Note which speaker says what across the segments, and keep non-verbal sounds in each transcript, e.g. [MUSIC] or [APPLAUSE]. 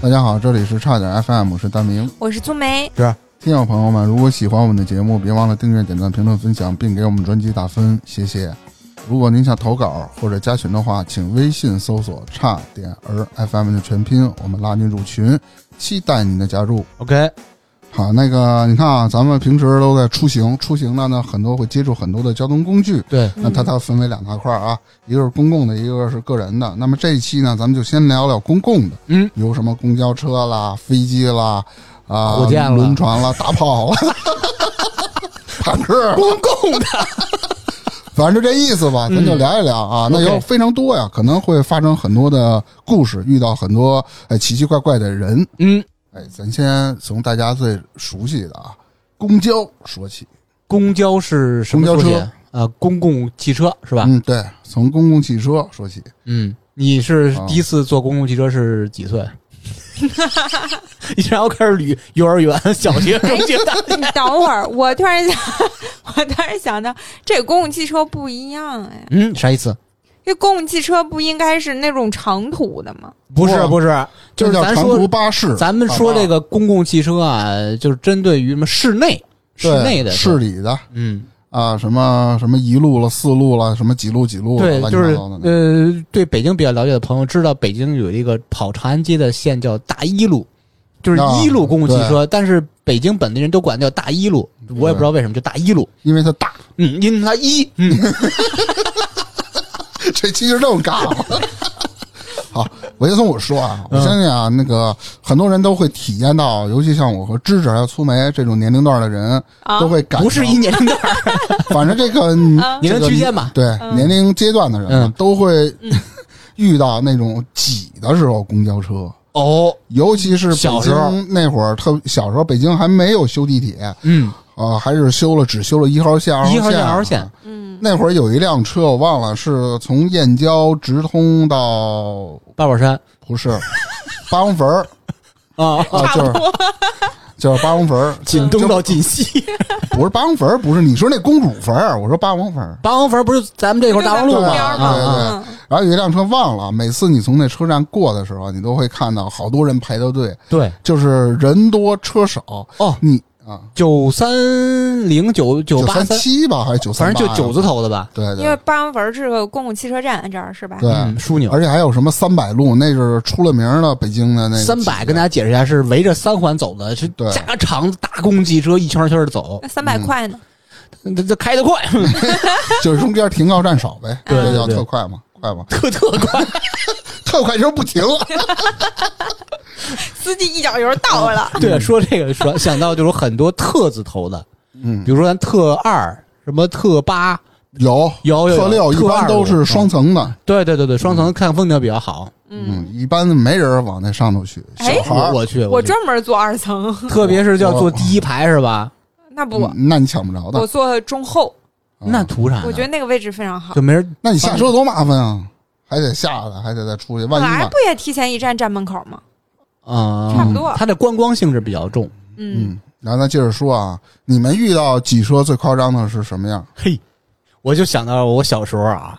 Speaker 1: 大家好，这里是差点 FM，我是大明。
Speaker 2: 我是粗梅，
Speaker 1: 听友朋友们，如果喜欢我们的节目，别忘了订阅、点赞、评论、分享，并给我们专辑打分，谢谢。如果您想投稿或者加群的话，请微信搜索“差点儿 FM” 的全拼，我们拉您入群，期待您的加入。
Speaker 3: OK，
Speaker 1: 好，那个你看啊，咱们平时都在出行，出行呢呢很多会接触很多的交通工具，
Speaker 3: 对，
Speaker 1: 那它它分为两大块儿啊，一个是公共的，一个是个人的。那么这一期呢，咱们就先聊聊公共的，
Speaker 3: 嗯，
Speaker 1: 比如什么公交车啦、飞机啦、啊、
Speaker 3: 火箭了
Speaker 1: 轮船
Speaker 3: [LAUGHS]
Speaker 1: 啦、大炮啦、坦克，
Speaker 3: 公共的，嗯
Speaker 1: 反正就这意思吧，咱就聊一聊啊。那
Speaker 3: OK
Speaker 1: 有非常多呀，可能会发生很多的故事，遇到很多哎奇奇怪怪的人。
Speaker 3: 嗯，
Speaker 1: 哎，咱先从大家最熟悉的啊，公交说起。
Speaker 3: 公交是什么
Speaker 1: 公交
Speaker 3: 缩写
Speaker 1: 车？
Speaker 3: 啊，公共汽车是吧？
Speaker 1: 嗯，对，从公共汽车说起。
Speaker 3: 嗯，你是
Speaker 1: 啊
Speaker 3: 第一次坐公共汽车是几 [LAUGHS] 岁？你然后开始捋幼儿园、小学、中学、大
Speaker 2: 你 [LAUGHS] 等会儿，我突然想， [LAUGHS] 我突然想到，这公共汽车不一样哎，
Speaker 3: [LAUGHS] 嗯，啥意思？
Speaker 2: 这公共汽车不应该是那种长途的吗？
Speaker 3: 不是
Speaker 1: 哇
Speaker 3: 不是，
Speaker 1: 这
Speaker 3: 就是
Speaker 1: 叫
Speaker 3: 咱
Speaker 1: 长
Speaker 3: 说
Speaker 1: 途巴士，
Speaker 3: 咱们说这个公共汽车啊，就是针对于什么室内、室
Speaker 1: 对
Speaker 3: 内的
Speaker 1: 市，里的
Speaker 3: 嗯，
Speaker 1: 啊，什么什么一路了、四路了，什么几路几路了，
Speaker 3: 对，
Speaker 1: 乱七
Speaker 3: 就是
Speaker 1: 八糟的那个。
Speaker 3: 呃，对北京比较了解的朋友知道，北京有一个跑长安街的线叫大一路，就是
Speaker 1: 啊
Speaker 3: 一路公共汽车，但是北京本地人都管叫大一路，我也不知道为什么就大一路，
Speaker 1: 因为它大， [LAUGHS]
Speaker 3: 嗯，因为它一，嗯，
Speaker 1: 这期就这么尬 [LAUGHS] 了。好，我先从我说啊，
Speaker 3: 嗯
Speaker 1: 我相信啊，那个很多人都会体验到，尤其像我和芝芝还有粗梅这种年龄段的人，
Speaker 2: 啊
Speaker 1: 都，会感
Speaker 3: 嗯不是一
Speaker 1: 到，
Speaker 3: 年
Speaker 1: [LAUGHS]
Speaker 3: 龄段儿，
Speaker 1: 反正这个
Speaker 2: 啊
Speaker 3: [LAUGHS] 年龄区间吧，
Speaker 1: 对
Speaker 2: 嗯
Speaker 1: 年龄阶段的人啊
Speaker 3: 嗯
Speaker 1: 都会 [LAUGHS] 遇到那种挤的时候公交车，
Speaker 3: 哦，
Speaker 1: 尤其是北
Speaker 3: 小时候
Speaker 1: 京那会儿，特小时候北京还没有修地铁，
Speaker 3: 嗯，
Speaker 1: 啊，还是修了，只修了一号线、二
Speaker 3: 一号
Speaker 1: 线、啊
Speaker 3: 线、二号线。，
Speaker 2: 嗯，
Speaker 1: 那会儿有一辆车，我忘了是从燕郊直通到
Speaker 3: 八宝山
Speaker 1: 不是八王坟儿 [LAUGHS]
Speaker 3: 啊，
Speaker 1: 啊，就是就是八王坟儿，
Speaker 3: 锦东到锦西，
Speaker 1: 不是八王坟儿，不是你说那公主坟儿，我说八王坟儿。
Speaker 3: [LAUGHS] 八王坟不是咱们这块儿大望路
Speaker 2: 就
Speaker 1: [LAUGHS]
Speaker 3: 吗？
Speaker 2: 在边儿嘛
Speaker 3: 啊啊，
Speaker 1: 对
Speaker 2: 嗯
Speaker 1: 然后有一辆车忘了，每次你从那车站过的时候，你都会看到好多人排着队，
Speaker 3: 对，
Speaker 1: 就是人多车少。
Speaker 3: 哦，
Speaker 1: 你啊，
Speaker 3: 九三零九九
Speaker 1: 九
Speaker 3: 八
Speaker 1: 三
Speaker 3: 三，
Speaker 1: 七吧，还是九
Speaker 3: 反
Speaker 1: 三？
Speaker 3: 正就九字。头的吧，
Speaker 1: 对
Speaker 2: 因为
Speaker 1: 对
Speaker 2: 八王坟是个公共汽车站，这儿是吧？
Speaker 1: 对，
Speaker 3: 嗯，枢纽。
Speaker 1: 而且还有什么三百路，那是出了名儿的北京的那个
Speaker 3: 三百，跟大家解释一下，是围着三环走的，是
Speaker 1: 对
Speaker 3: 加长大公汽车一圈一圈的
Speaker 2: [LAUGHS]
Speaker 3: 走，
Speaker 2: 那三百块呢？
Speaker 3: 这这开得 [LAUGHS] 快，
Speaker 1: [LAUGHS] 就是中间停靠站少呗，
Speaker 3: [LAUGHS] 对
Speaker 1: 这叫
Speaker 3: 对对
Speaker 1: 特快嘛，快嘛，
Speaker 3: 特特快。
Speaker 1: 特快就是不停
Speaker 3: [LAUGHS]
Speaker 1: 了。
Speaker 2: 司机一脚油到了，
Speaker 3: 对，说这个说想到就是很多特字头的，
Speaker 1: 嗯，
Speaker 3: 比如说咱特二什么特八，
Speaker 1: 有
Speaker 3: 有有
Speaker 1: 特六
Speaker 3: 有
Speaker 1: 一
Speaker 3: 特
Speaker 1: 般
Speaker 3: 二
Speaker 1: 都
Speaker 3: 路
Speaker 1: 是双层的，
Speaker 3: 对对对对，双层看风景比较好。
Speaker 2: 嗯，
Speaker 1: 嗯，一般没人往那上头去，小
Speaker 2: 哎
Speaker 1: 孩
Speaker 3: 我
Speaker 1: 儿。
Speaker 3: 我去，
Speaker 2: 我
Speaker 3: 去
Speaker 2: 专门坐二层，
Speaker 3: 特别是叫坐第一排是吧？啊
Speaker 2: 那不
Speaker 1: 嗯，那你抢不着的
Speaker 2: 我。坐中后，
Speaker 1: 嗯
Speaker 3: 那图啥呢？
Speaker 2: 我觉得那个位置非常好
Speaker 3: 就。没人
Speaker 1: 那你下车多麻烦啊，还得下来，还得再出去，万
Speaker 2: 本
Speaker 1: 一
Speaker 2: 来
Speaker 1: 晚
Speaker 2: 不也提前一站站门口吗？
Speaker 3: 啊，
Speaker 2: 差不多
Speaker 3: 它的观光性质比较重。
Speaker 2: 嗯，
Speaker 1: 嗯。然后咱接着说啊，你们遇到挤车最夸张的是什么样？
Speaker 3: 嘿，我就想到我小时候啊，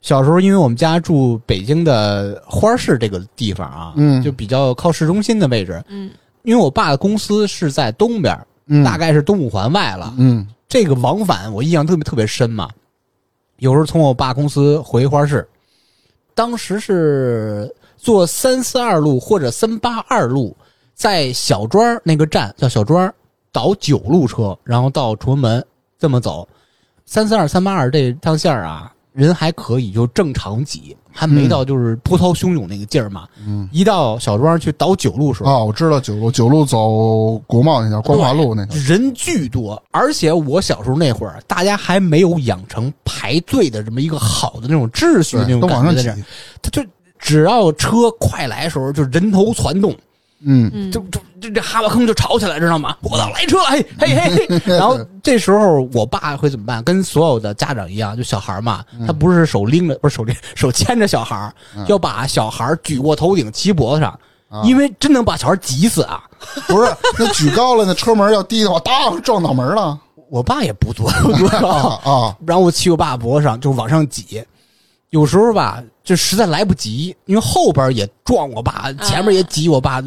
Speaker 3: 小时候因为我们家住北京的花市这个地方啊，
Speaker 1: 嗯
Speaker 3: 就比较靠市中心的位置。
Speaker 2: 嗯，
Speaker 3: 因为我爸的公司是在东边，
Speaker 1: 嗯，
Speaker 3: 大概是东五环外了。
Speaker 1: 嗯
Speaker 3: 这个往返我印象特别特别深嘛。有时候从我爸公司回花市，当时是坐三四二路或者三八二路，在小庄儿那个站叫小庄儿，倒九路车，然后到崇文门这么走。三四二、三八二这趟线儿啊，人还可以，就正常挤，还没到就是波涛汹涌那个劲儿嘛。
Speaker 1: 嗯。
Speaker 3: 一到小庄儿去倒九路时候，
Speaker 1: 哦，我知道九路，九路走国贸那条，光华路那条。
Speaker 3: 人巨多，而且我小时候那会儿，大家还没有养成排队的这么一个好的那种秩序，那
Speaker 1: 对，
Speaker 3: 种
Speaker 1: 都往上
Speaker 3: 感觉在
Speaker 1: 挤
Speaker 3: 这儿，，他就只要车快来的时候，就人头攒动，
Speaker 1: 嗯，
Speaker 2: 嗯
Speaker 3: 就就就这哈巴坑就吵起来，知道吗？我操，来车了，嘿嘿嘿嘿！
Speaker 1: [LAUGHS]
Speaker 3: 然后这时候我爸会怎么办？跟所有的家长一样，就小孩嘛，
Speaker 1: 嗯
Speaker 3: 他不是手拎着，不是手拎，手牵着小孩，要把小孩举过头顶，骑脖子上，
Speaker 1: 啊
Speaker 3: 因为真能把小孩挤死啊！
Speaker 1: [LAUGHS] 不是，那举高了，那车门要低的话，当撞脑门了 [LAUGHS]
Speaker 3: 我爸也不多多
Speaker 1: 啊
Speaker 3: 少。
Speaker 1: 啊！
Speaker 3: 然后我骑我爸脖子上就往上挤。有时候吧，就实在来不及，因为后边也撞我爸，前面也挤我爸，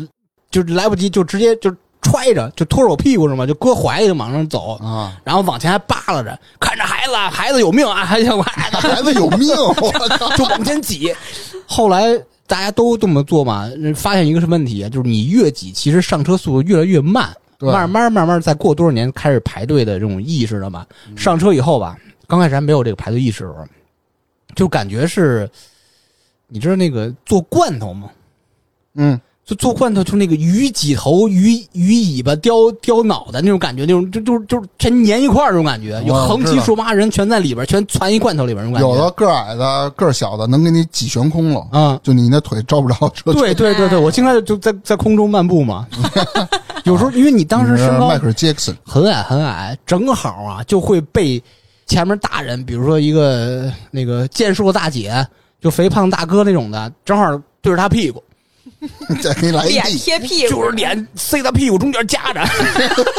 Speaker 3: 就来不及，就直接就揣着，就拖着我屁股上嘛，就搁怀里就往上走， [LAUGHS]
Speaker 1: 啊，
Speaker 3: 然后往前还扒拉着，看着孩子，孩子有命啊，还想孩子，
Speaker 1: 孩子有命，我操！
Speaker 3: 就往前挤。后来大家都这么做嘛，发现一个什么问题啊？就是你越挤，其实上车速度越来越慢，
Speaker 1: 对
Speaker 3: 慢慢慢慢，再过多少年开始排队的这种意识了嘛？
Speaker 1: 嗯
Speaker 3: 上车以后吧，刚开始还没有这个排队意识的时候，就感觉是，你知道那个做罐头吗？
Speaker 1: 嗯，
Speaker 3: 就做罐头，就是那个鱼挤头、鱼鱼尾巴叼叼脑袋那种感觉，那种就就就是全粘一块儿那种感觉，有
Speaker 1: 哦我
Speaker 3: 横
Speaker 1: 知
Speaker 3: 七
Speaker 1: 道
Speaker 3: 竖八人全在里边，全攒一罐头里边那种感觉。
Speaker 1: 有的个儿矮的、个儿小的能给你挤悬空了，
Speaker 3: 啊、
Speaker 1: 就你那腿招不着车。
Speaker 3: 对对对对，我经常就在在空中漫
Speaker 1: [LAUGHS]
Speaker 3: 步嘛。有时候因为你当时身高
Speaker 1: 迈克尔·杰克逊，
Speaker 3: 很矮很矮，正好啊就会被前面大人，比如说一个那个健硕大姐，就肥胖大哥那种的，正好对着他屁股，
Speaker 1: 再给你来一
Speaker 2: 脸
Speaker 1: 地，
Speaker 2: 贴屁股，
Speaker 3: 就是脸塞他屁股中间夹着，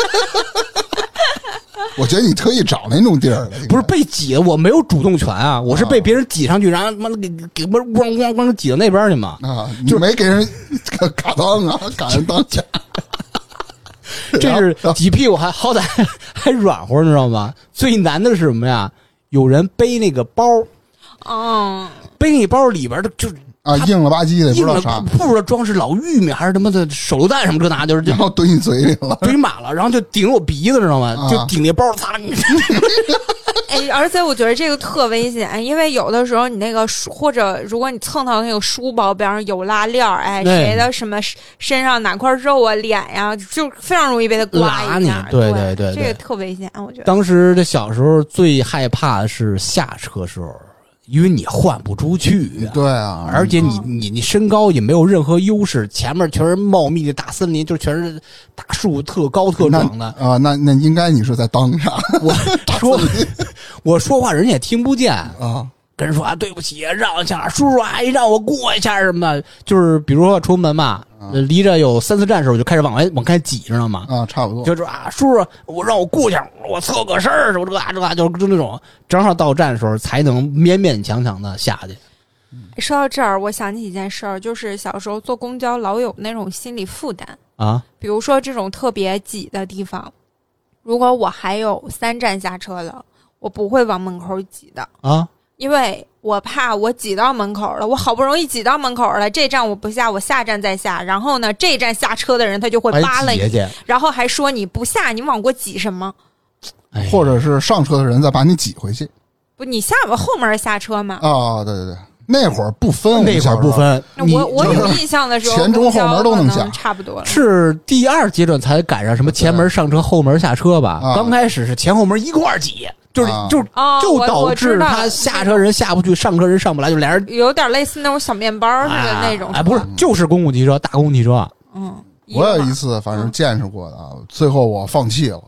Speaker 3: [LAUGHS]
Speaker 1: 我觉得你特意找那种地儿的，
Speaker 3: 不是被挤的，我没有主动权啊，我是被
Speaker 1: 啊
Speaker 3: 别人挤上去，然后他妈给给他妈咣咣咣挤到那边去嘛。
Speaker 1: 啊，你没给人卡卡裆啊，卡人裆前，
Speaker 3: 这是
Speaker 1: 啊
Speaker 3: 挤屁股还好歹 [LAUGHS] 还软和，你知道吗？最难的是什么呀？有人背那个包，
Speaker 2: 嗯，
Speaker 3: 背那包里边的就是
Speaker 1: 啊，硬了吧唧的，不知
Speaker 3: 硬
Speaker 1: 道
Speaker 3: 了
Speaker 1: 啥，
Speaker 3: 不知道装是老玉米还是他妈的手榴弹什么这那，就是 [LAUGHS] 就
Speaker 1: 然后怼你嘴里了，
Speaker 3: 堆满了，然后就顶我鼻子，知道吗
Speaker 1: 啊？
Speaker 3: 就顶那包，擦 [LAUGHS] 了，
Speaker 2: 哎，而且我觉得这个特危险，哎因为有的时候你那个书或者如果你蹭到那个书包边上有拉链儿，哎，
Speaker 3: 对
Speaker 2: 谁的什么身上哪块肉啊、脸呀、就非常容易被它刮
Speaker 3: 拉
Speaker 2: 一
Speaker 3: 你
Speaker 2: 下。
Speaker 3: 对
Speaker 2: 对
Speaker 3: 对对
Speaker 2: 这个
Speaker 3: 对
Speaker 2: 特危险，我觉得。
Speaker 3: 当时这小时候最害怕的是下车时候，因为你换不出去啊、
Speaker 1: 对啊，
Speaker 3: 而且你
Speaker 2: 嗯
Speaker 3: 你你身高也没有任何优势，前面全是茂密的大森林，就全是大树，特高特
Speaker 1: 那
Speaker 3: 壮的。
Speaker 1: 啊，那那应该你是在裆上
Speaker 3: 我说 [LAUGHS] 我说话人家也听不见，
Speaker 1: 啊，
Speaker 3: 跟人说啊对不起，让一下，叔叔阿姨让我过一下什么的。就是比如说出门嘛，呃离着有三四站的时候，我就开始往外往开挤，知道吗？
Speaker 1: [LAUGHS] 啊，差不多，
Speaker 3: 就说啊，叔叔，我让我过去，我侧个身儿，什么这啊这啊，就就那种，正好到站的时候才能勉勉强强的下去。
Speaker 2: 说到这儿，我想起一件事儿，就是小时候坐公交老有那种心理负担，
Speaker 3: 啊，
Speaker 2: 比如说这种特别挤的地方，如果我还有三站下车了，我不会往门口挤的。
Speaker 3: 啊，
Speaker 2: 因为我怕我挤到门口了，我好不容易挤到门口了，这站我不下，我下站再下。然后呢，这站下车的人他就会扒拉
Speaker 3: 哎姐
Speaker 2: 你，
Speaker 3: 姐，
Speaker 2: 然后还说你不下，你往过挤什
Speaker 1: 哦
Speaker 2: 么？
Speaker 3: 哎呀
Speaker 1: 或者是上车的人再把你挤回去
Speaker 2: 不，你下吧，后门下车嘛。
Speaker 1: 啊，对对对，那会儿不分，我们
Speaker 3: 那会
Speaker 1: 小时
Speaker 3: 儿
Speaker 1: 候
Speaker 3: 不，分，
Speaker 2: 那
Speaker 3: 你
Speaker 2: 我我
Speaker 1: 就是
Speaker 2: 有印象的时候，
Speaker 1: 前中
Speaker 2: 公交
Speaker 1: 后门都能
Speaker 2: 可
Speaker 1: 下
Speaker 2: 差不多了。
Speaker 3: 是第二阶段才赶上什么前门上车后门下车吧？
Speaker 1: 啊
Speaker 3: 刚开始是前后门一块儿挤，就是、
Speaker 1: 啊
Speaker 3: 就是
Speaker 2: 哦，
Speaker 3: 就
Speaker 2: 我
Speaker 3: 导
Speaker 2: 我
Speaker 3: 致
Speaker 2: 知道
Speaker 3: 他下车人下不去，上车人上不来，就俩人
Speaker 2: 有点类似那种小面包似的那种，
Speaker 3: 哎，不是，就是公共汽车，大公共汽车啊，
Speaker 2: 嗯，
Speaker 1: 我有一
Speaker 2: 样
Speaker 1: 次反正见识过的啊，最后我放弃了，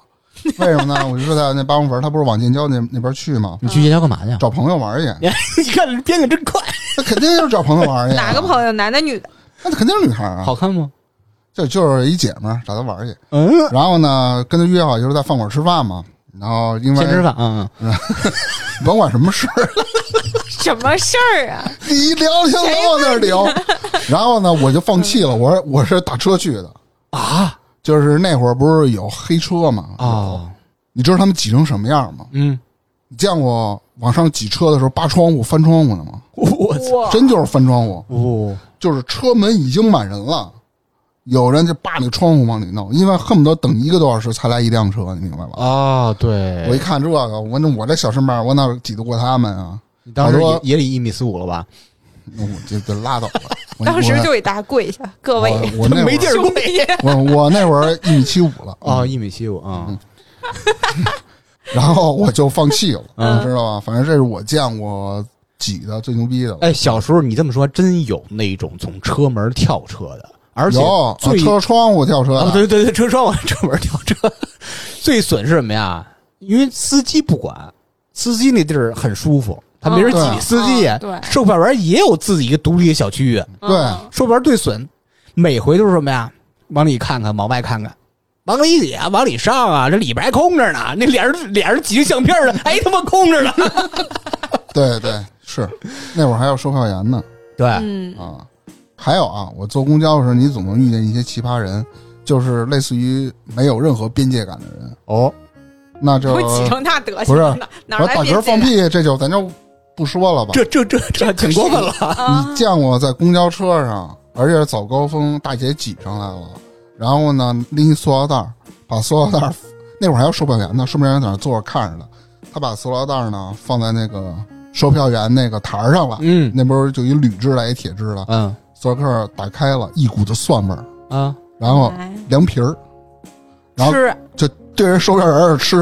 Speaker 1: 为什么呢？我就在那八公坟，他不是往建交那那边去吗？
Speaker 3: 你去夜宵干嘛
Speaker 1: [LAUGHS]
Speaker 3: 去啊？
Speaker 1: 找朋友玩去，
Speaker 3: 你看编的真快，
Speaker 1: 那肯定就是找朋友玩去，啊
Speaker 2: 哪个朋友，男的女的？
Speaker 1: 那肯定是女孩啊，
Speaker 3: 好看吗？
Speaker 1: 就就是一姐们儿找她玩去，
Speaker 3: 嗯，
Speaker 1: 然后呢跟她约好就是在饭馆吃饭嘛，然后因
Speaker 3: 先吃
Speaker 1: 为
Speaker 3: 饭啊，嗯
Speaker 1: 甭管什么事儿，
Speaker 2: 什么事儿啊？
Speaker 1: 你一聊天都往那儿聊，然后呢我就放弃
Speaker 2: 嗯
Speaker 1: 了，我说我是打车去的，
Speaker 3: 啊
Speaker 1: 就是那会儿不是有黑车嘛，
Speaker 3: 啊，
Speaker 1: 你知道他们挤成什么样吗？
Speaker 3: 嗯，
Speaker 1: 你见过往上挤车的时候扒窗户翻窗户的吗？
Speaker 3: 我
Speaker 2: 哇，
Speaker 1: 真就是翻窗户，
Speaker 3: 哦，
Speaker 1: 就是车门已经满人了，有人就扒那窗户往里弄，因为恨不得等一个多小时才来一辆车，你明白吧？
Speaker 3: 啊，
Speaker 2: 哎
Speaker 1: 我一
Speaker 3: 对，
Speaker 1: 看这个，我那我这小身板，我哪挤得过他们啊？
Speaker 3: 你当时
Speaker 1: 好多
Speaker 3: 也也得一米四五了吧？
Speaker 1: 那我就就拉倒
Speaker 2: [LAUGHS]
Speaker 1: 了。我
Speaker 2: 当时就给大家跪下，各
Speaker 1: 我
Speaker 2: 位
Speaker 1: 我那会
Speaker 3: 没
Speaker 1: 儿
Speaker 3: 地儿跪
Speaker 1: 我我那会儿一米七五了
Speaker 2: 哦
Speaker 3: 啊，，一米七五啊，
Speaker 1: 然后我就放弃了，
Speaker 3: 嗯
Speaker 1: 你知道吧？反正这是我见过挤的最牛逼的了。
Speaker 3: 哎，小时候你这么说，真有那种从车门跳车的，而且
Speaker 1: 有啊
Speaker 3: 最
Speaker 1: 车窗户跳车
Speaker 3: 啊，
Speaker 1: 的，
Speaker 3: 对对对，车窗往车门跳车，最损是什么呀？因为司机不管，司机那地儿很舒服，他没人
Speaker 1: 嗯
Speaker 3: 挤
Speaker 1: 对
Speaker 3: 司机
Speaker 2: 嗯对。
Speaker 3: 售票员也有自己一个独立的小区域，
Speaker 1: 对
Speaker 2: 嗯
Speaker 3: 售票员最损，每回都是什么呀？往里看看，往外看看。往里挤啊，往里上啊，这里边还空着呢。那脸人脸人挤成相片了，哎他妈空着呢。
Speaker 1: 对对，是那会儿还有售票员呢
Speaker 3: 对，
Speaker 2: 嗯，
Speaker 1: 啊。还有啊，我坐公交的时候，你总能遇见一些奇葩人，就是类似于没有任何边界感的人。
Speaker 3: 哦，
Speaker 1: 那这
Speaker 2: 都挤成那德行
Speaker 1: 不是
Speaker 2: 了，哪
Speaker 1: 我
Speaker 2: 儿来
Speaker 1: 打
Speaker 2: 边
Speaker 1: 嗝
Speaker 2: 界
Speaker 1: 放
Speaker 2: 感
Speaker 1: 屁，这就咱就不说了吧。
Speaker 3: 这这这这挺过分了，
Speaker 2: 啊
Speaker 1: 你？见过在公交车上，而且是早高峰，大姐挤上来了，然后呢拎一塑料袋儿，把塑料袋儿 [LAUGHS] 那会儿还有售票员呢，售票员在那儿坐着看着呢，他把塑料袋儿呢放在那个售票员那个台儿上了，
Speaker 3: 嗯
Speaker 1: 那不是就一铝制的，一铁制的，
Speaker 3: 嗯
Speaker 1: 塑料袋儿打开了，一股子蒜味儿，
Speaker 3: 啊，
Speaker 1: 然后
Speaker 2: 哎
Speaker 1: 凉皮儿，然后
Speaker 2: 吃
Speaker 1: 就对着售票员儿吃，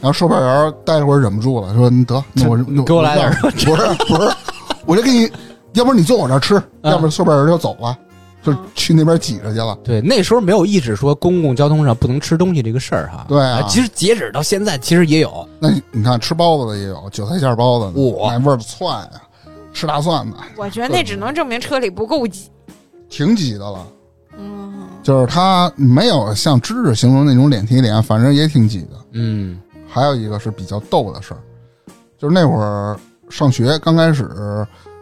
Speaker 1: 然后售票员儿待一会儿忍不住了，说：“你
Speaker 3: [LAUGHS]
Speaker 1: 得，那我
Speaker 3: 你给我来点儿 [LAUGHS]
Speaker 1: 不是不是，我就给你，要不然你坐我这儿吃，
Speaker 3: 嗯
Speaker 1: 要不然售票员儿就走了，就去那边挤着去了。
Speaker 3: 对，那时候没有意识说公共交通上不能吃东西这个事儿哈。哎
Speaker 1: 对啊
Speaker 3: 其实截止到现在，其实也有。
Speaker 1: 那你你看，吃包子的也有，韭菜馅儿包子的，
Speaker 3: 哇
Speaker 1: 奶味儿的蒜啊，吃大蒜的，
Speaker 2: 我觉得那只能证明车里不够挤。
Speaker 1: 挺挤的了。
Speaker 2: 嗯，
Speaker 1: 就是他没有像知识形容那种脸贴脸，反正也挺挤的。
Speaker 3: 嗯
Speaker 1: 还有一个是比较逗的事儿，就是那会儿上学刚开始，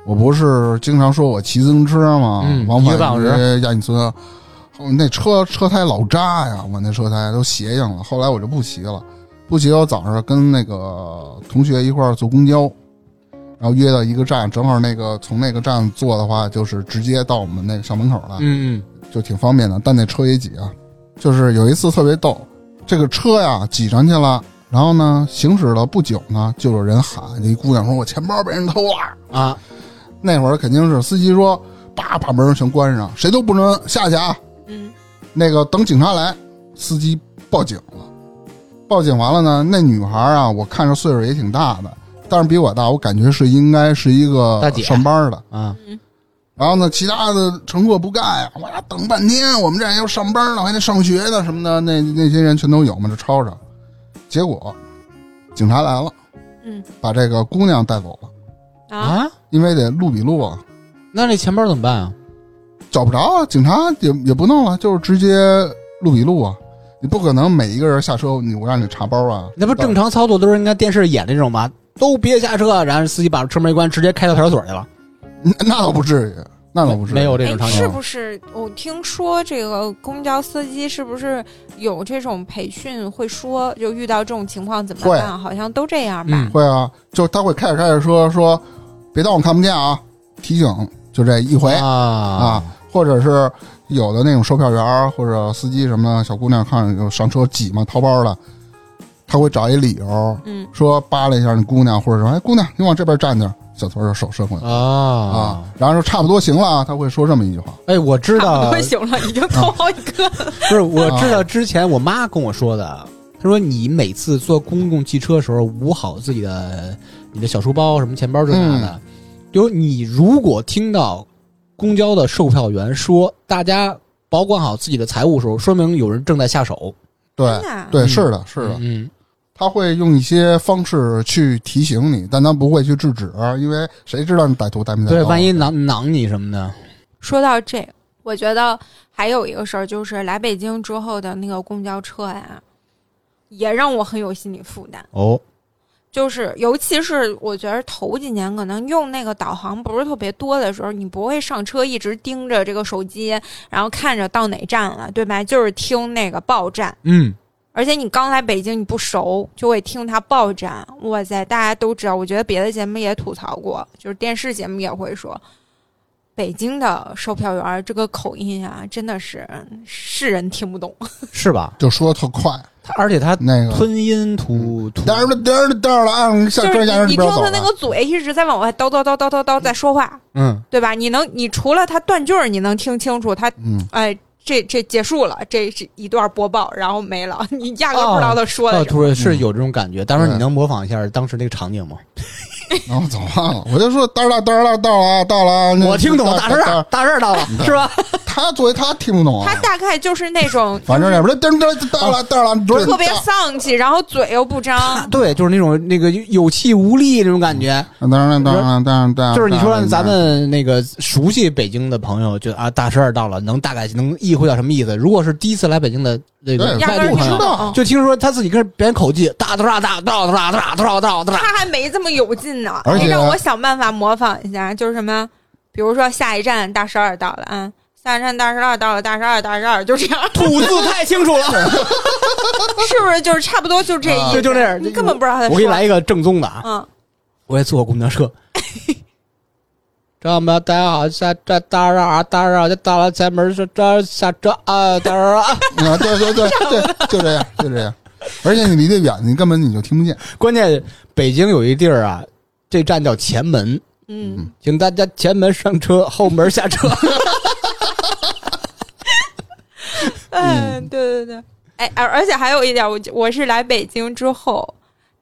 Speaker 1: 我不是经常说我骑自行车吗？
Speaker 3: 嗯
Speaker 1: 往
Speaker 3: 一个半小
Speaker 1: 返
Speaker 3: 时
Speaker 1: 于亚运村，哦那车车胎老扎呀，我那车胎都斜硬了。后来我就不骑了，不骑。我早上跟那个同学一块儿坐公交，然后约到一个站，正好那个从那个站坐的话，就是直接到我们那个校门口了。
Speaker 3: 嗯
Speaker 1: 就挺方便的，但那车也挤啊。就是有一次特别逗，这个车呀挤上去了，然后呢行驶了不久呢，就有人喊，那姑娘说：“我钱包被人偷了。
Speaker 3: 嗯啊，”
Speaker 1: 那会儿肯定是司机说：“叭，把门全关上，谁都不能下去啊！”
Speaker 2: 嗯，
Speaker 1: 那个等警察来，司机报警了。报警完了呢，那女孩啊，我看着岁数也挺大的，但是比我大，我感觉是应该是一个
Speaker 3: 大姐
Speaker 1: 上班的。
Speaker 3: 啊，
Speaker 1: 然后呢，其他的乘客不干呀、我俩等半天，我们这还要上班呢，还得上学呢什么的，那那些人全都有嘛，就吵吵。结果警察来了，
Speaker 2: 嗯，
Speaker 1: 把这个姑娘带走了，
Speaker 2: 啊，
Speaker 3: 啊，
Speaker 1: 因为得录笔录啊，
Speaker 3: 那这钱包怎么办啊？
Speaker 1: 找不着啊，警察也也不弄了，就是直接录笔录啊。你不可能每一个人下车，你我让你查包啊，
Speaker 3: 那不
Speaker 1: 到
Speaker 3: 正常操作都是应该电视演那种吗？都别下车，然后司机把车门一关，直接开到派出所去了。
Speaker 1: 那 [LAUGHS] 那倒不至于，那倒不至于，
Speaker 3: 没有这种
Speaker 2: 哎，
Speaker 3: 场
Speaker 2: 是
Speaker 3: 景。
Speaker 2: 不是我听说这个公交司机是不是有这种培训，会说就遇到这种情况怎么
Speaker 1: 会
Speaker 2: 办？好像都这样吧。
Speaker 3: 嗯
Speaker 1: 会啊，就他会开着开着车说，别当我看不见啊，提醒就这一回。
Speaker 3: 啊
Speaker 1: 啊，或者是有的那种售票员儿或者司机什么的，小姑娘看有上车挤嘛，掏包了，他会找一理由
Speaker 2: 嗯，
Speaker 1: 说扒拉一下那姑娘，或者说哎姑娘你往这边站点儿，小偷就手伸过来
Speaker 3: 啊
Speaker 1: 啊！，然后说差不多行了啊，他会说这么一句话，
Speaker 3: 哎，我知
Speaker 2: 差不
Speaker 3: 道，
Speaker 2: 多行了，已经
Speaker 1: 嗯
Speaker 2: 偷好几个了。
Speaker 3: 不是，我知道之前我妈跟我说的，她说你每次坐公共汽车的时候，捂好自己的你的小书包、什么钱包这那的。就是你如果听到公交的售票员说大家保管好自己的财物的时候，说明有人正在下手。
Speaker 1: 对
Speaker 2: 真的 [LAUGHS] 啊
Speaker 1: 对
Speaker 3: 嗯
Speaker 1: 是的是的，
Speaker 3: 嗯，
Speaker 1: 他会用一些方式去提醒你，但他不会去制止，因为谁知道你歹徒带没带刀？
Speaker 3: 嗯对，哦万一囊囊你什么的，
Speaker 2: 说到这个，我觉得还有一个事儿，就是来北京之后的那个公交车呀，也让我很有心理负担。
Speaker 3: 哦，
Speaker 2: 就是尤其是我觉得头几年可能用那个导航不是特别多的时候，你不会上车一直盯着这个手机，然后看着到哪站了，对吧？就是听那个报站。
Speaker 3: 嗯，
Speaker 2: 而且你刚来北京，你不熟，就会听它报站。哇塞，大家都知道，我觉得别的节目也吐槽过，就是电视节目也会说，北京的售票员儿这个口音啊，真的是是人听不懂。
Speaker 3: 是吧？
Speaker 1: 就说特快，
Speaker 3: 他而且他
Speaker 1: 那个
Speaker 3: 吞音吐吐，
Speaker 1: 嘚儿了嘚儿了嘚儿了，啊按下
Speaker 2: 就
Speaker 1: 车
Speaker 2: 是
Speaker 1: 下人里
Speaker 2: 你你听
Speaker 1: 边走
Speaker 2: 他
Speaker 1: 了
Speaker 2: 那。个嘴一直在往外叨叨叨叨叨叨在说话，
Speaker 3: 嗯，
Speaker 2: 对吧？你能，你除了他断句儿，你能听清楚他，
Speaker 1: 嗯，
Speaker 2: 哎，这这结束了，这是一段播报，然后没了，你压根儿不知道他说
Speaker 3: 哦，
Speaker 2: 的什么。
Speaker 3: 突然是有这种感觉。当时
Speaker 1: 对
Speaker 3: 你能模仿一下当时那个场景吗？
Speaker 1: [LAUGHS] 然后走哦忘了，我就说嘚儿了嘚儿了到了啊到了啊，那
Speaker 3: 我听懂，
Speaker 1: 到
Speaker 3: 大事儿
Speaker 1: 到
Speaker 3: 啊大事儿到了，是吧？
Speaker 1: 他作为他听不懂
Speaker 2: 他
Speaker 1: 啊，
Speaker 2: 大概就是那
Speaker 3: [LAUGHS]
Speaker 2: 种
Speaker 1: 反正也不是噔噔到
Speaker 3: 哦
Speaker 1: 了到了，
Speaker 2: 就是特别
Speaker 1: 大
Speaker 2: 丧气，然后嘴又不
Speaker 3: 他
Speaker 2: 张，
Speaker 3: 啊对，就是那种那个有气无力那种感觉。
Speaker 1: 当然当然当然当然，
Speaker 3: 就是你说让咱们那个熟悉北京的朋友，就啊大事儿到了，能大概能意会到什么意思。如果是第一次来北京的那个
Speaker 2: 压
Speaker 3: 外
Speaker 2: 根儿嗯
Speaker 3: 地
Speaker 2: 不
Speaker 3: 朋
Speaker 2: 知
Speaker 3: 友，
Speaker 2: 道，
Speaker 3: 就听说他自己跟别人口技，哒哒哒哒哒哒哒哒哒哒
Speaker 2: [LAUGHS]
Speaker 3: 哒，
Speaker 2: 他还没这么有劲呢。
Speaker 1: 而且
Speaker 2: 哎让我想办法模仿一下，就是什么，比如说下一站大十二到了啊，下一站大十二到了，大十二大十二就这样， [LAUGHS]
Speaker 3: 吐字太清楚了，
Speaker 2: 是不是？就是差不多就这意
Speaker 3: 就
Speaker 2: 思，
Speaker 3: 啊就这样，
Speaker 2: 你根本不知道他在
Speaker 3: 我给你
Speaker 2: 说
Speaker 3: 来一个正宗的啊，
Speaker 2: 嗯，
Speaker 3: 我也坐过公
Speaker 2: [LAUGHS]
Speaker 3: 交车。知道吗？大家好，下这哒哒啊哒哒，就到了前门是这下这啊哒啊。
Speaker 1: 啊，对对对对，就这样，就这样。而且你离得远，你根本你就听不见。
Speaker 3: 关键北京有一地儿啊，这站叫前门，
Speaker 2: 嗯，
Speaker 3: 请大家前门上车， [LAUGHS] 后门下车。
Speaker 2: 哎， [LAUGHS] 对对对，哎，而而且还有一点，我我是来北京之后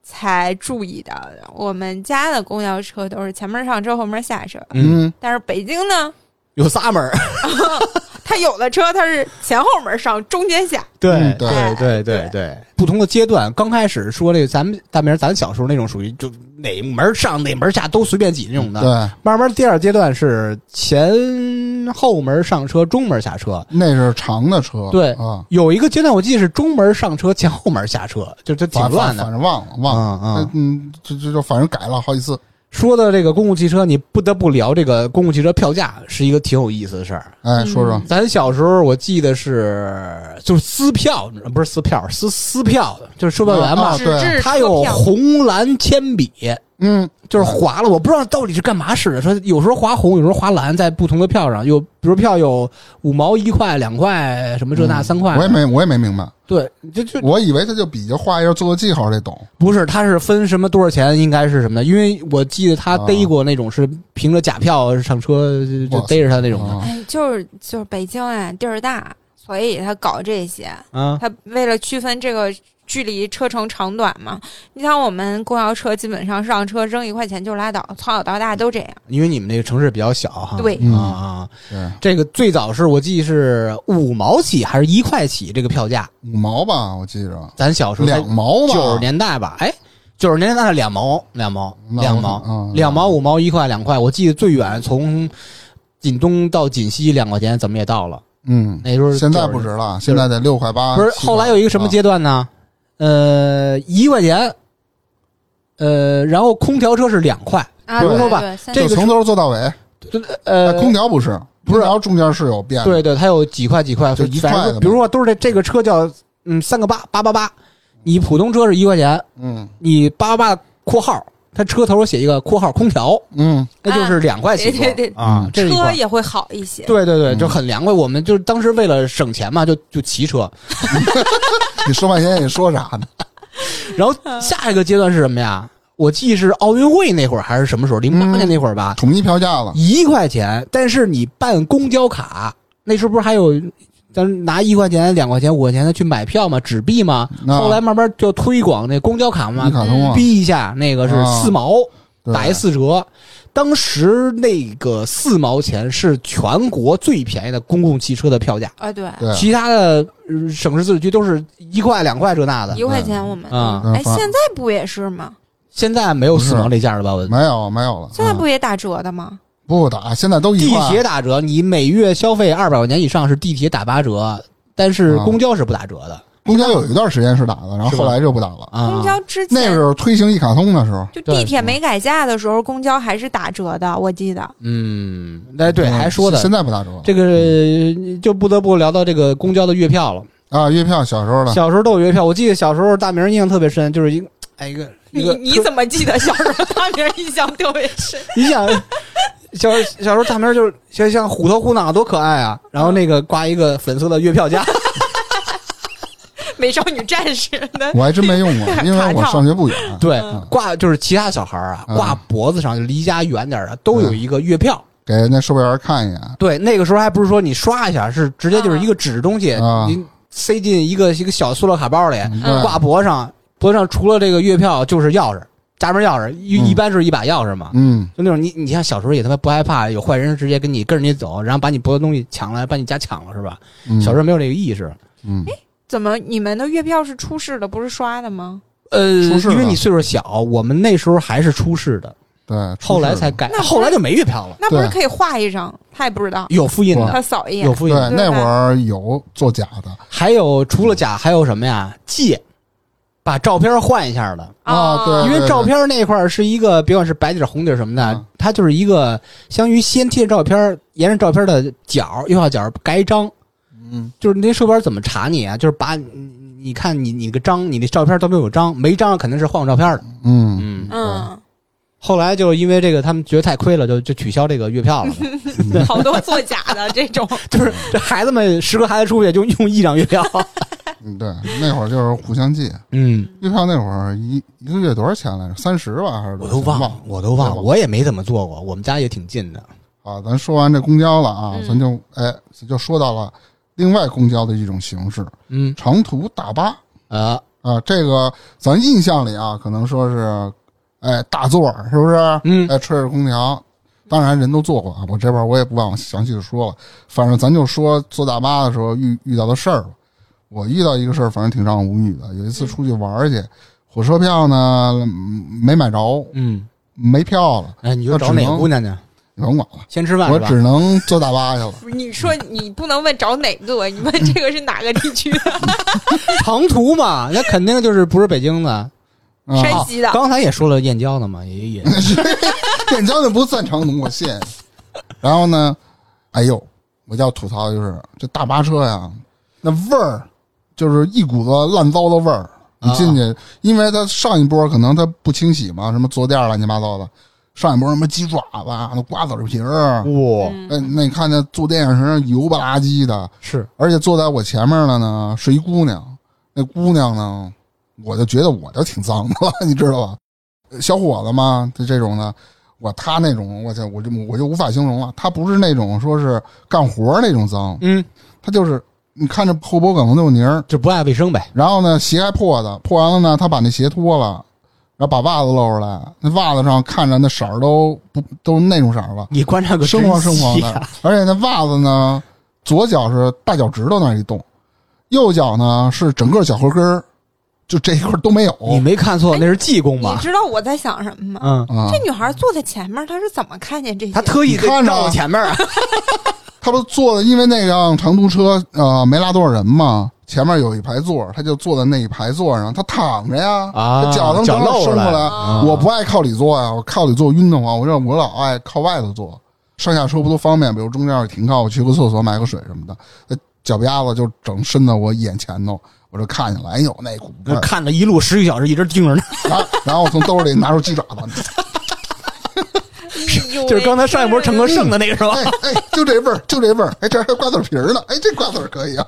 Speaker 2: 才注意到的，我们家的公交车都是前面上车，后面下车，
Speaker 3: 嗯，
Speaker 1: 嗯，
Speaker 2: 但是北京呢，
Speaker 3: 有仨门儿。
Speaker 2: 它有的车它是前后门上，中间下，
Speaker 1: 嗯 [LAUGHS] 对
Speaker 3: 对对对对，不同的阶段，刚开始说这个，咱们大明，咱小时候那种属于就哪门儿上哪门儿下都随便挤那种的。
Speaker 1: 嗯对，
Speaker 3: 慢慢第二阶段是前后门上车，中门下车。
Speaker 1: 那是长的车。
Speaker 3: 对
Speaker 1: 啊，
Speaker 3: 有一个阶段，我记得是中门上车，前后门下车，就这挺
Speaker 1: 反
Speaker 3: 乱
Speaker 1: 反
Speaker 3: 的
Speaker 1: 反。正忘了忘了。
Speaker 3: 啊啊！
Speaker 1: 嗯，就就就反正改了好几次。
Speaker 3: 说到这个公共汽车，你不得不聊这个公共汽车票价是一个挺有意思的事儿。
Speaker 1: 哎，说说，
Speaker 3: 咱小时候我记得是就是撕票，不是撕票，撕撕票的，就是售票员嘛
Speaker 1: 啊，
Speaker 2: 纸
Speaker 1: 对
Speaker 2: 质
Speaker 3: 他
Speaker 2: 车
Speaker 3: 有
Speaker 2: 票
Speaker 3: 红蓝铅笔，
Speaker 1: 嗯，
Speaker 3: 就是划了，我不知道到底是干嘛使的。说有时候划红，有时候划蓝，在不同的票上有，比如票有五毛、一块、两块，什么这那三块
Speaker 1: 嗯我也
Speaker 3: 的。
Speaker 1: 没我也没明白，
Speaker 3: 对，就就
Speaker 1: 我以为他就比着画一下做个记号这懂。
Speaker 3: 不是，他是分什么多少钱，应该是什么的。因为我记得他逮过那种是凭着假票上车就就
Speaker 1: 哇塞
Speaker 3: 逮着他那种的
Speaker 1: 啊
Speaker 2: 哎，就是就是北京啊，地儿大，所以他搞这些。
Speaker 3: 啊。
Speaker 2: 他为了区分这个距离车程长短嘛，你像我们公交车基本上上车扔一块钱就拉倒，从小到大都这样。
Speaker 3: 因为你们那个城市比较小哈，
Speaker 2: 对
Speaker 3: 啊啊，
Speaker 1: 对，
Speaker 3: 这个最早是我记得是五毛起还是一块起这个票价，
Speaker 1: 五毛吧，我记着，
Speaker 3: 咱小时候
Speaker 1: 两毛吧，
Speaker 3: 九十年代吧，哎，九十年代两毛，两毛，
Speaker 1: 那我
Speaker 3: 两毛，
Speaker 1: 嗯
Speaker 3: 两毛五毛一块两块，我记得最远从锦东到锦西两块钱，怎么也到了。
Speaker 1: 嗯，
Speaker 3: 那时候
Speaker 1: 现在不
Speaker 3: 90
Speaker 1: 值了，现在得六块八。
Speaker 3: 不是，
Speaker 1: 7
Speaker 3: 后来有一个什么阶段呢？呃，一块钱，呃，然后空调车是两块，
Speaker 2: 啊，
Speaker 1: 比如
Speaker 2: 对
Speaker 3: 说吧
Speaker 2: 对三
Speaker 3: 这
Speaker 1: 就
Speaker 3: 个
Speaker 1: 从头做到尾。
Speaker 3: 呃
Speaker 1: 哎，空调不是，
Speaker 3: 不是
Speaker 1: 空调中间是有变的。
Speaker 3: 对对，它有几块几块，
Speaker 1: 就一
Speaker 3: 反
Speaker 1: 块
Speaker 3: 正
Speaker 1: 的嘛
Speaker 3: 比如说都是这这个车叫嗯三个八八八八，你普通车是一块钱，
Speaker 1: 嗯
Speaker 3: 你八八八括号，它车头写一个括号空调，
Speaker 1: 嗯，
Speaker 3: 那就是两块起
Speaker 2: 对啊对对，
Speaker 3: 啊，这是一
Speaker 2: 车
Speaker 3: 块。
Speaker 2: 也会好一些。
Speaker 3: 对对对，
Speaker 1: 嗯
Speaker 3: 就很凉快。我们就是当时为了省钱嘛，就就骑车。
Speaker 1: 你说半天你说啥呢？
Speaker 3: 然
Speaker 2: 嗯
Speaker 3: 后下一个阶段是什么呀？我记是奥运会那会儿还是什么时候？零八
Speaker 1: 嗯
Speaker 3: 年那会儿吧，
Speaker 1: 统一票价
Speaker 3: [LAUGHS]
Speaker 1: 了。
Speaker 3: 一块钱，但是你办公交卡，那时候不是还有，咱拿一块钱、两块钱、五块钱的去买票嘛，纸币嘛。
Speaker 1: 那
Speaker 3: 后来慢慢就推广那公交卡嘛
Speaker 1: 啊一，卡通啊，
Speaker 3: 逼一下那个是
Speaker 1: 啊
Speaker 3: 四毛、
Speaker 1: 对
Speaker 3: 打一四折。当时那个四毛钱是全国最便宜的公共汽车的票价，
Speaker 2: 啊，对，
Speaker 1: 对，
Speaker 3: 其他的呃省市自治区都是一块两块这那的
Speaker 2: 一。块钱我们
Speaker 3: 啊
Speaker 2: 哎，
Speaker 1: 嗯发
Speaker 2: 现在不也是吗？
Speaker 3: 现在没有
Speaker 1: 不是
Speaker 3: 四毛这价了吧？我
Speaker 1: 没有没有了，嗯
Speaker 2: 现在不也打折的吗？
Speaker 1: 不打，现在都一
Speaker 3: 地
Speaker 1: 块
Speaker 3: 铁。打折，你每月消费二百块钱以上是地铁打八折，但是
Speaker 1: 啊
Speaker 3: 公交是不打折的
Speaker 1: 公交有一段时间是打的，然后
Speaker 3: 是吧
Speaker 1: 后来就不打了。
Speaker 3: 啊。
Speaker 2: 公交之
Speaker 1: 那
Speaker 2: 前
Speaker 1: 时候推行一卡通的时候，
Speaker 2: 就
Speaker 3: 对
Speaker 2: 地铁没改价的时候，公交还是打折的，我记得。
Speaker 3: 嗯，哎对，还说
Speaker 1: 现
Speaker 3: 的
Speaker 1: 在不打折了
Speaker 3: 这个就不得不聊到这个公交的月票了。
Speaker 1: 啊。月票小时候的，
Speaker 3: 小时候都有月票，我记得小时候大明印象特别深，就是一个哎一个一
Speaker 2: 你
Speaker 3: 个
Speaker 2: 你怎么记得小时候大名印象特别深？
Speaker 3: 你想，小小时候大明就是像像虎头虎脑多可爱啊，然后那个挂一个粉色的月
Speaker 1: [LAUGHS]
Speaker 3: 票夹，
Speaker 2: 美少女战士的
Speaker 1: 我还真没用过，
Speaker 3: [LAUGHS]
Speaker 1: 因为我上学不远。
Speaker 3: 对
Speaker 1: 嗯，
Speaker 3: 挂就是其他小孩儿啊，
Speaker 1: 嗯
Speaker 3: 挂脖子上就离家远点儿的都有一个月票。
Speaker 1: 给那售票员看一眼，
Speaker 3: 对，那个时候还不是说你刷一下，是直接就是一个纸东西，
Speaker 1: 啊嗯
Speaker 3: 您塞进一个一个小塑料卡包里，
Speaker 2: 嗯
Speaker 1: 对
Speaker 3: 嗯挂脖上，脖上除了这个月票就是钥匙，家门钥匙，一、
Speaker 1: 嗯
Speaker 3: 一般是一把钥匙嘛。
Speaker 1: 嗯，
Speaker 3: 就那种你，你像小时候也他妈不害怕，有坏人直接跟你跟着你走，然后把你脖子东西抢来，把你家抢了是吧？
Speaker 1: 嗯
Speaker 3: 小时候哎没有这个意识，
Speaker 1: 嗯，
Speaker 2: 怎么你们的月票是出示的，不是刷的吗？
Speaker 3: 呃，
Speaker 1: 出示的
Speaker 3: 因为你岁数小，我们那时候还是出示的，
Speaker 1: 对，
Speaker 3: 后来才
Speaker 1: 出事
Speaker 3: 改
Speaker 2: 那，不是
Speaker 3: 后来就没月票了。
Speaker 2: 那不是
Speaker 1: 对
Speaker 2: 可以画一张？他也不知道，
Speaker 3: 有复印的，
Speaker 2: 他扫一眼
Speaker 3: 有，复印
Speaker 1: 对
Speaker 3: 的。
Speaker 2: 对
Speaker 1: 那
Speaker 2: 吧
Speaker 1: 会儿有做假的
Speaker 3: 还有除了假，还有什么呀？借，把照片换一下的。
Speaker 1: 啊，
Speaker 2: 哦
Speaker 1: 对，
Speaker 3: 因为
Speaker 1: 对
Speaker 3: 照片那块儿是一个，别管是白底儿、红底儿什么的
Speaker 1: 嗯，
Speaker 3: 它就是一个相当于先贴照片儿，沿着照片的角右下角盖一章，
Speaker 1: 嗯，
Speaker 3: 就是那社保怎么查你啊？就是把你你你看你你个章，你的照片都没有章，没章肯定是换过照片的。
Speaker 1: 嗯
Speaker 3: 嗯，
Speaker 2: 嗯，
Speaker 3: 后来就是因为这个，他们觉得太亏了，就就取消这个月票了。 [LAUGHS]
Speaker 2: 好多做假的这种，
Speaker 3: 就是这孩子们十个孩子出去就用一张月票。
Speaker 1: 嗯，对，那会儿就是互相借，
Speaker 3: [LAUGHS] 嗯，
Speaker 1: 月票那会儿一一个月多少钱来着？三十吧，还是
Speaker 3: 我都忘
Speaker 1: 忘
Speaker 3: 了，我都忘了，我也没怎么做过。我们家也挺近的。
Speaker 1: 啊，咱说完这公交了啊，
Speaker 2: 嗯
Speaker 1: 咱就哎，咱就说到了另外公交的一种形式
Speaker 3: 嗯
Speaker 1: ——长途大巴
Speaker 3: 啊，
Speaker 1: 啊。这个咱印象里啊，可能说是哎大座儿是不是？
Speaker 3: 嗯
Speaker 1: 哎，吹着空调，当然人都坐过啊。我这边儿我也不往详细的说了，反正咱就说坐大巴的时候遇遇到的事儿吧。我遇到一个事儿，反正挺让我无语的。有一次出去玩儿去，火车票呢嗯没买着，
Speaker 3: 嗯，
Speaker 1: 没票了，
Speaker 3: 哎，你就
Speaker 1: 那
Speaker 3: 找
Speaker 1: 只
Speaker 3: 哪
Speaker 1: 能
Speaker 3: 姑娘去？
Speaker 1: 你甭管了，
Speaker 3: 先吃饭
Speaker 1: 我
Speaker 3: 是吧
Speaker 1: 只？能坐大巴去了。
Speaker 2: 你说你不能问找哪个，你问这个是哪个地区的，
Speaker 3: 长途 [LAUGHS] 嘛，那肯定就是不是北京的，
Speaker 1: 啊
Speaker 3: 哦
Speaker 2: 山西的，
Speaker 3: 刚才也说了燕郊的嘛，也也
Speaker 1: [LAUGHS] 电交那不算长途，我信。然后呢，哎呦，我要吐槽的就是这大巴车呀，那味儿就是一股子烂糟的味儿。你进去，因为它上一波可能它不清洗嘛，什么坐垫儿乱七八糟的。上一波什么鸡爪子啊、那瓜子皮儿，
Speaker 3: 哇
Speaker 2: 嗯
Speaker 1: 哎，那你看那坐电影上油不拉几的，
Speaker 3: 是
Speaker 1: 而且坐在我前面的呢是一姑娘，那姑娘呢，我就觉得我就挺脏的了， [LAUGHS] 你知道吧？呃小伙子嘛，就这种的，我他那种，我去，我就我就无法形容了。他不是那种说是干活那种脏，
Speaker 3: 嗯，就
Speaker 1: 他就是你看着后脖梗子都有泥儿，
Speaker 3: 就不爱卫生呗。
Speaker 1: 然后呢鞋还破的，破完了呢，他把那鞋脱了，然后把袜子露出来，那袜子上看着那色儿都不都那种色儿了，
Speaker 3: 你观察个
Speaker 1: 生
Speaker 3: 真
Speaker 1: 黄生黄
Speaker 3: 细
Speaker 1: 的
Speaker 3: 啊，
Speaker 1: 而且那袜子呢，左脚是大脚趾头那儿一洞，右脚呢是整个脚后跟儿，就这一块儿都没有。
Speaker 3: 你没看错，那是济公
Speaker 2: 哎你
Speaker 3: 吧？
Speaker 2: 知道我在想什么吗？
Speaker 3: 嗯，
Speaker 1: 啊
Speaker 2: 这，女孩坐在前面，她是怎么看见这些？
Speaker 3: 他特意
Speaker 1: 你看着啊
Speaker 3: 照我前面啊。
Speaker 1: 他不坐的，因为那辆长途车呃没拉多少人嘛，前面有一排座儿，他就坐在那一排座上，他躺着呀，
Speaker 3: 啊
Speaker 1: 他脚能
Speaker 3: 脚
Speaker 1: 正好
Speaker 3: 露
Speaker 1: 伸出
Speaker 3: 出来
Speaker 1: 来。
Speaker 2: 啊
Speaker 1: 我不爱靠里坐呀，我靠里坐晕得慌，我这我老爱靠外头坐，上下车不都方便？比如中间有停靠，我去个厕所买个水什么的，那脚丫子就整伸到我眼前头，我就看见了，哎呦那股
Speaker 3: [LAUGHS]
Speaker 1: 味儿
Speaker 3: 看了一路十个小时，一直盯着呢。
Speaker 1: 然后然后我从兜里拿出鸡爪子，[LAUGHS]
Speaker 2: 哎
Speaker 3: 就是刚才上一波陈哥剩的那个是吧？
Speaker 1: 哎哎，就这味儿，就这味儿，哎这还有瓜子皮儿呢，哎这瓜子儿可以啊，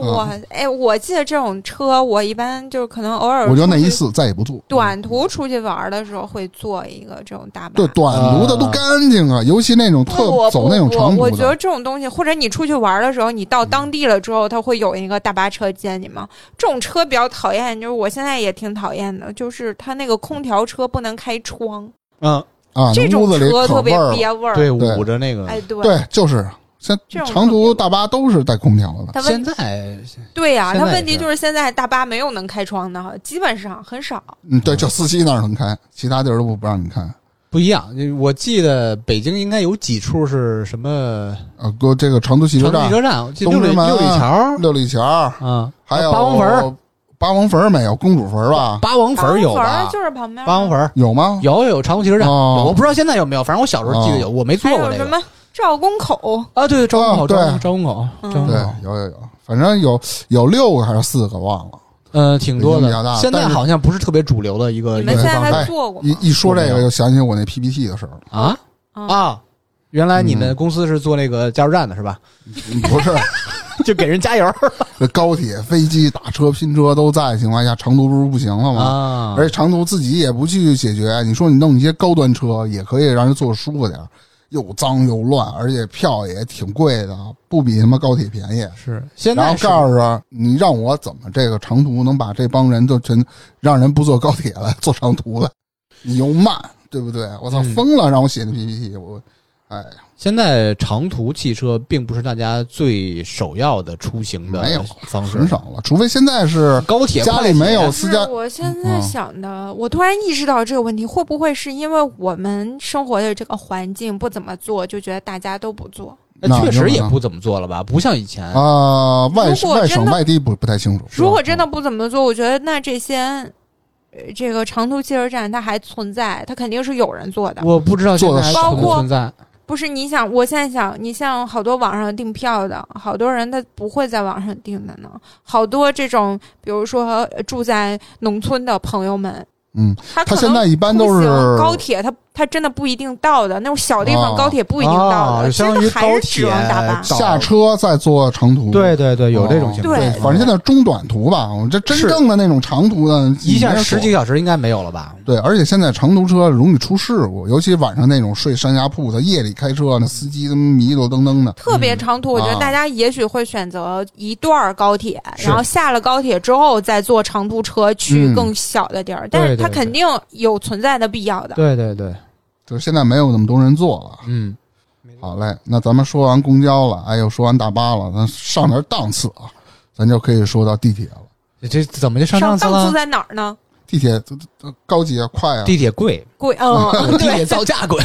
Speaker 2: 我哎，我记得这种车，我一般就是可能偶尔，
Speaker 1: 我就那一次再也不坐。
Speaker 2: 短途出去玩的时候会坐一个这种大巴。
Speaker 1: 对，短途的都干净啊，尤其那种
Speaker 2: 不我
Speaker 1: 特
Speaker 2: 不
Speaker 1: 走那种
Speaker 2: 我
Speaker 1: 长途
Speaker 2: 我觉得
Speaker 1: 的，
Speaker 2: 这种东西，或者你出去玩的时候，你到当地了之后，他会有一个大巴车接你吗？这种车比较讨厌，就是我现在也挺讨厌的，就是它那个空调车不能开窗，
Speaker 3: 嗯，
Speaker 1: 啊，
Speaker 2: 这
Speaker 1: 那屋
Speaker 2: 种
Speaker 1: 子里
Speaker 2: 车
Speaker 1: 可
Speaker 2: 特
Speaker 1: 味
Speaker 2: 别
Speaker 1: 儿了。
Speaker 2: 憋味儿。
Speaker 3: 对，
Speaker 1: 对
Speaker 3: 捂着那个。
Speaker 2: 哎，对，
Speaker 1: 对，就是像
Speaker 2: 这种
Speaker 1: 长途大巴都是带空调的。
Speaker 2: 但问
Speaker 3: 现在
Speaker 2: 对呀、
Speaker 3: 现
Speaker 2: 它
Speaker 3: 在也
Speaker 2: 问题
Speaker 3: 是
Speaker 2: 就是现在大巴没有能开窗的，基本上很少。
Speaker 1: 嗯，对，就司机那儿能开，其他地儿都不不让你开。
Speaker 3: 不一样，我记得北京应该有几处是什么
Speaker 1: 呃，过这个长途汽车
Speaker 3: 长途
Speaker 1: 站
Speaker 3: 汽、车站，我记得
Speaker 1: 东
Speaker 3: 六
Speaker 1: 直
Speaker 3: 里
Speaker 1: 门啊
Speaker 3: 六里桥
Speaker 1: 六里桥，
Speaker 3: 啊，
Speaker 1: 还有
Speaker 3: 八王坟儿，
Speaker 1: 八王坟儿没有，公主坟儿吧？
Speaker 3: 八王坟儿有
Speaker 2: 八王
Speaker 3: 吧
Speaker 2: 坟？啊就是旁边
Speaker 3: 八王坟儿
Speaker 1: 有吗？
Speaker 3: 有有长途汽车站，
Speaker 1: 哦
Speaker 3: 我不知道现在有没有，反正我小时候记得有，我没坐
Speaker 2: 哦还
Speaker 3: 过
Speaker 2: 有
Speaker 3: 那
Speaker 2: 什
Speaker 3: 个
Speaker 2: 么赵公口，
Speaker 3: 啊。对，招工口，
Speaker 1: 哦对
Speaker 3: 招工招工口，
Speaker 2: 嗯
Speaker 3: 招工
Speaker 1: 对
Speaker 3: 口，，
Speaker 1: 有有有，反正有有六个还是四个忘了。
Speaker 3: 嗯，挺多
Speaker 1: 影响比较大
Speaker 3: 的。现在
Speaker 1: 但是
Speaker 3: 好像不是特别主流的一个
Speaker 2: 你
Speaker 3: 运
Speaker 2: 们
Speaker 3: 输
Speaker 2: 现在
Speaker 3: 方式
Speaker 2: 还
Speaker 1: 哎
Speaker 2: 坐过
Speaker 1: 一
Speaker 2: 吗？
Speaker 1: 一说这
Speaker 3: 我
Speaker 1: 个，
Speaker 3: 没有
Speaker 1: 就想起我那 PPT 的事儿了。
Speaker 3: 啊
Speaker 2: 啊
Speaker 3: 啊。原来你们公司是做那个加油站的是吧？
Speaker 1: 不是，
Speaker 2: 嗯
Speaker 3: 就给人
Speaker 2: [LAUGHS]
Speaker 3: 加油
Speaker 1: 这高铁、飞机、打车、拼车都在的情况下，长途不是不行了吗？
Speaker 3: 啊
Speaker 1: 而且长途自己也不去解决，啊你说你弄一些高端车，也可以让人坐舒服点儿，又脏又乱，而且票也挺贵的，不比他妈高铁便宜。
Speaker 3: 是现
Speaker 1: 然
Speaker 3: 在
Speaker 1: 后
Speaker 3: 是
Speaker 1: 告诉说，你让我怎么这个长途能把这帮人都全让人不坐高铁了，坐长途了？你又慢，对不对？我操，
Speaker 3: 嗯
Speaker 1: 疯了！让我写的 PPT，我哎，
Speaker 3: 现在长途汽车并不是大家最首要的出行
Speaker 1: 没
Speaker 3: 的
Speaker 1: 有
Speaker 3: 方式，
Speaker 1: 很少了，除非现在是
Speaker 3: 高铁
Speaker 1: 家
Speaker 3: 快
Speaker 1: 里
Speaker 3: 捷啊
Speaker 1: 没有
Speaker 2: 但
Speaker 1: 私
Speaker 2: 是
Speaker 1: 家
Speaker 2: 我现在
Speaker 1: 嗯
Speaker 2: 想的，我突然意识到这个问题，会不会是因为我们生活的这个环境不怎么做，就觉得大家都不做？
Speaker 3: 那确实也
Speaker 1: 那
Speaker 3: 不怎么做了吧？不像以前，
Speaker 1: 啊，外
Speaker 2: 如果
Speaker 1: 外省
Speaker 2: 真的
Speaker 1: 外地不不太清楚。
Speaker 2: 如果
Speaker 3: 嗯
Speaker 2: 真的不怎么做，我觉得那这些，呃，这个长途汽车站它还存在，它肯定是有人做的。
Speaker 3: 我不知道现在还
Speaker 1: 做
Speaker 2: 得包
Speaker 3: 存不
Speaker 2: 括
Speaker 3: 存在。
Speaker 2: 不是你想，我现在想，你像好多网上订票的，好多人他不会在网上订的呢。好多这种，比如说呃住在农村的朋友们，
Speaker 1: 嗯，
Speaker 2: 他可
Speaker 1: 他
Speaker 2: 能
Speaker 1: 现在一般都
Speaker 2: 出
Speaker 1: 是
Speaker 2: 行高铁他，他真的不一定到的，那种小地
Speaker 1: 哦
Speaker 2: 方高铁不一定到的，
Speaker 4: 哦
Speaker 2: 真
Speaker 4: 相
Speaker 2: 的
Speaker 4: 当于
Speaker 2: 还是指望大
Speaker 4: 高
Speaker 2: 巴
Speaker 4: 铁。
Speaker 1: 下车再坐长途。
Speaker 4: 对对对，有这种情况。
Speaker 2: 哦对
Speaker 1: 嗯反正现在中短途吧，我们这真
Speaker 3: 是
Speaker 1: 正的那种长途的，
Speaker 3: 一下
Speaker 1: 没人
Speaker 3: 十
Speaker 1: 说
Speaker 3: 几个小时应该没有了吧？
Speaker 1: 对，而且现在长途车容易出事故，尤其晚上那种睡山崖铺的，夜里开车，那司机他妈迷路噔噔的。
Speaker 2: 特别长途，我觉得
Speaker 1: 啊
Speaker 2: 大家也许会选择一段儿高铁，
Speaker 3: 是
Speaker 2: 然后下了高铁之后再坐长途车去
Speaker 1: 嗯
Speaker 2: 更小的地儿，但是
Speaker 4: 对对
Speaker 2: 它
Speaker 4: 对
Speaker 2: 肯定有存在的必要的。
Speaker 4: 对对对，
Speaker 1: 就是现在没有那么多人坐了。
Speaker 3: 嗯，
Speaker 1: 好嘞，那咱们说完公交了，哎呦，说完大巴了，咱上点档次啊，咱就可以说到地铁了。
Speaker 3: 这这怎么就上
Speaker 2: 上
Speaker 3: 档次
Speaker 2: 档
Speaker 3: 了
Speaker 2: 次？在哪儿呢？
Speaker 1: 地铁这这这高级啊，快啊！
Speaker 3: 地铁贵，
Speaker 2: 贵，
Speaker 1: [LAUGHS]
Speaker 3: [LAUGHS]
Speaker 2: 嗯，
Speaker 3: 哦地铁造价贵，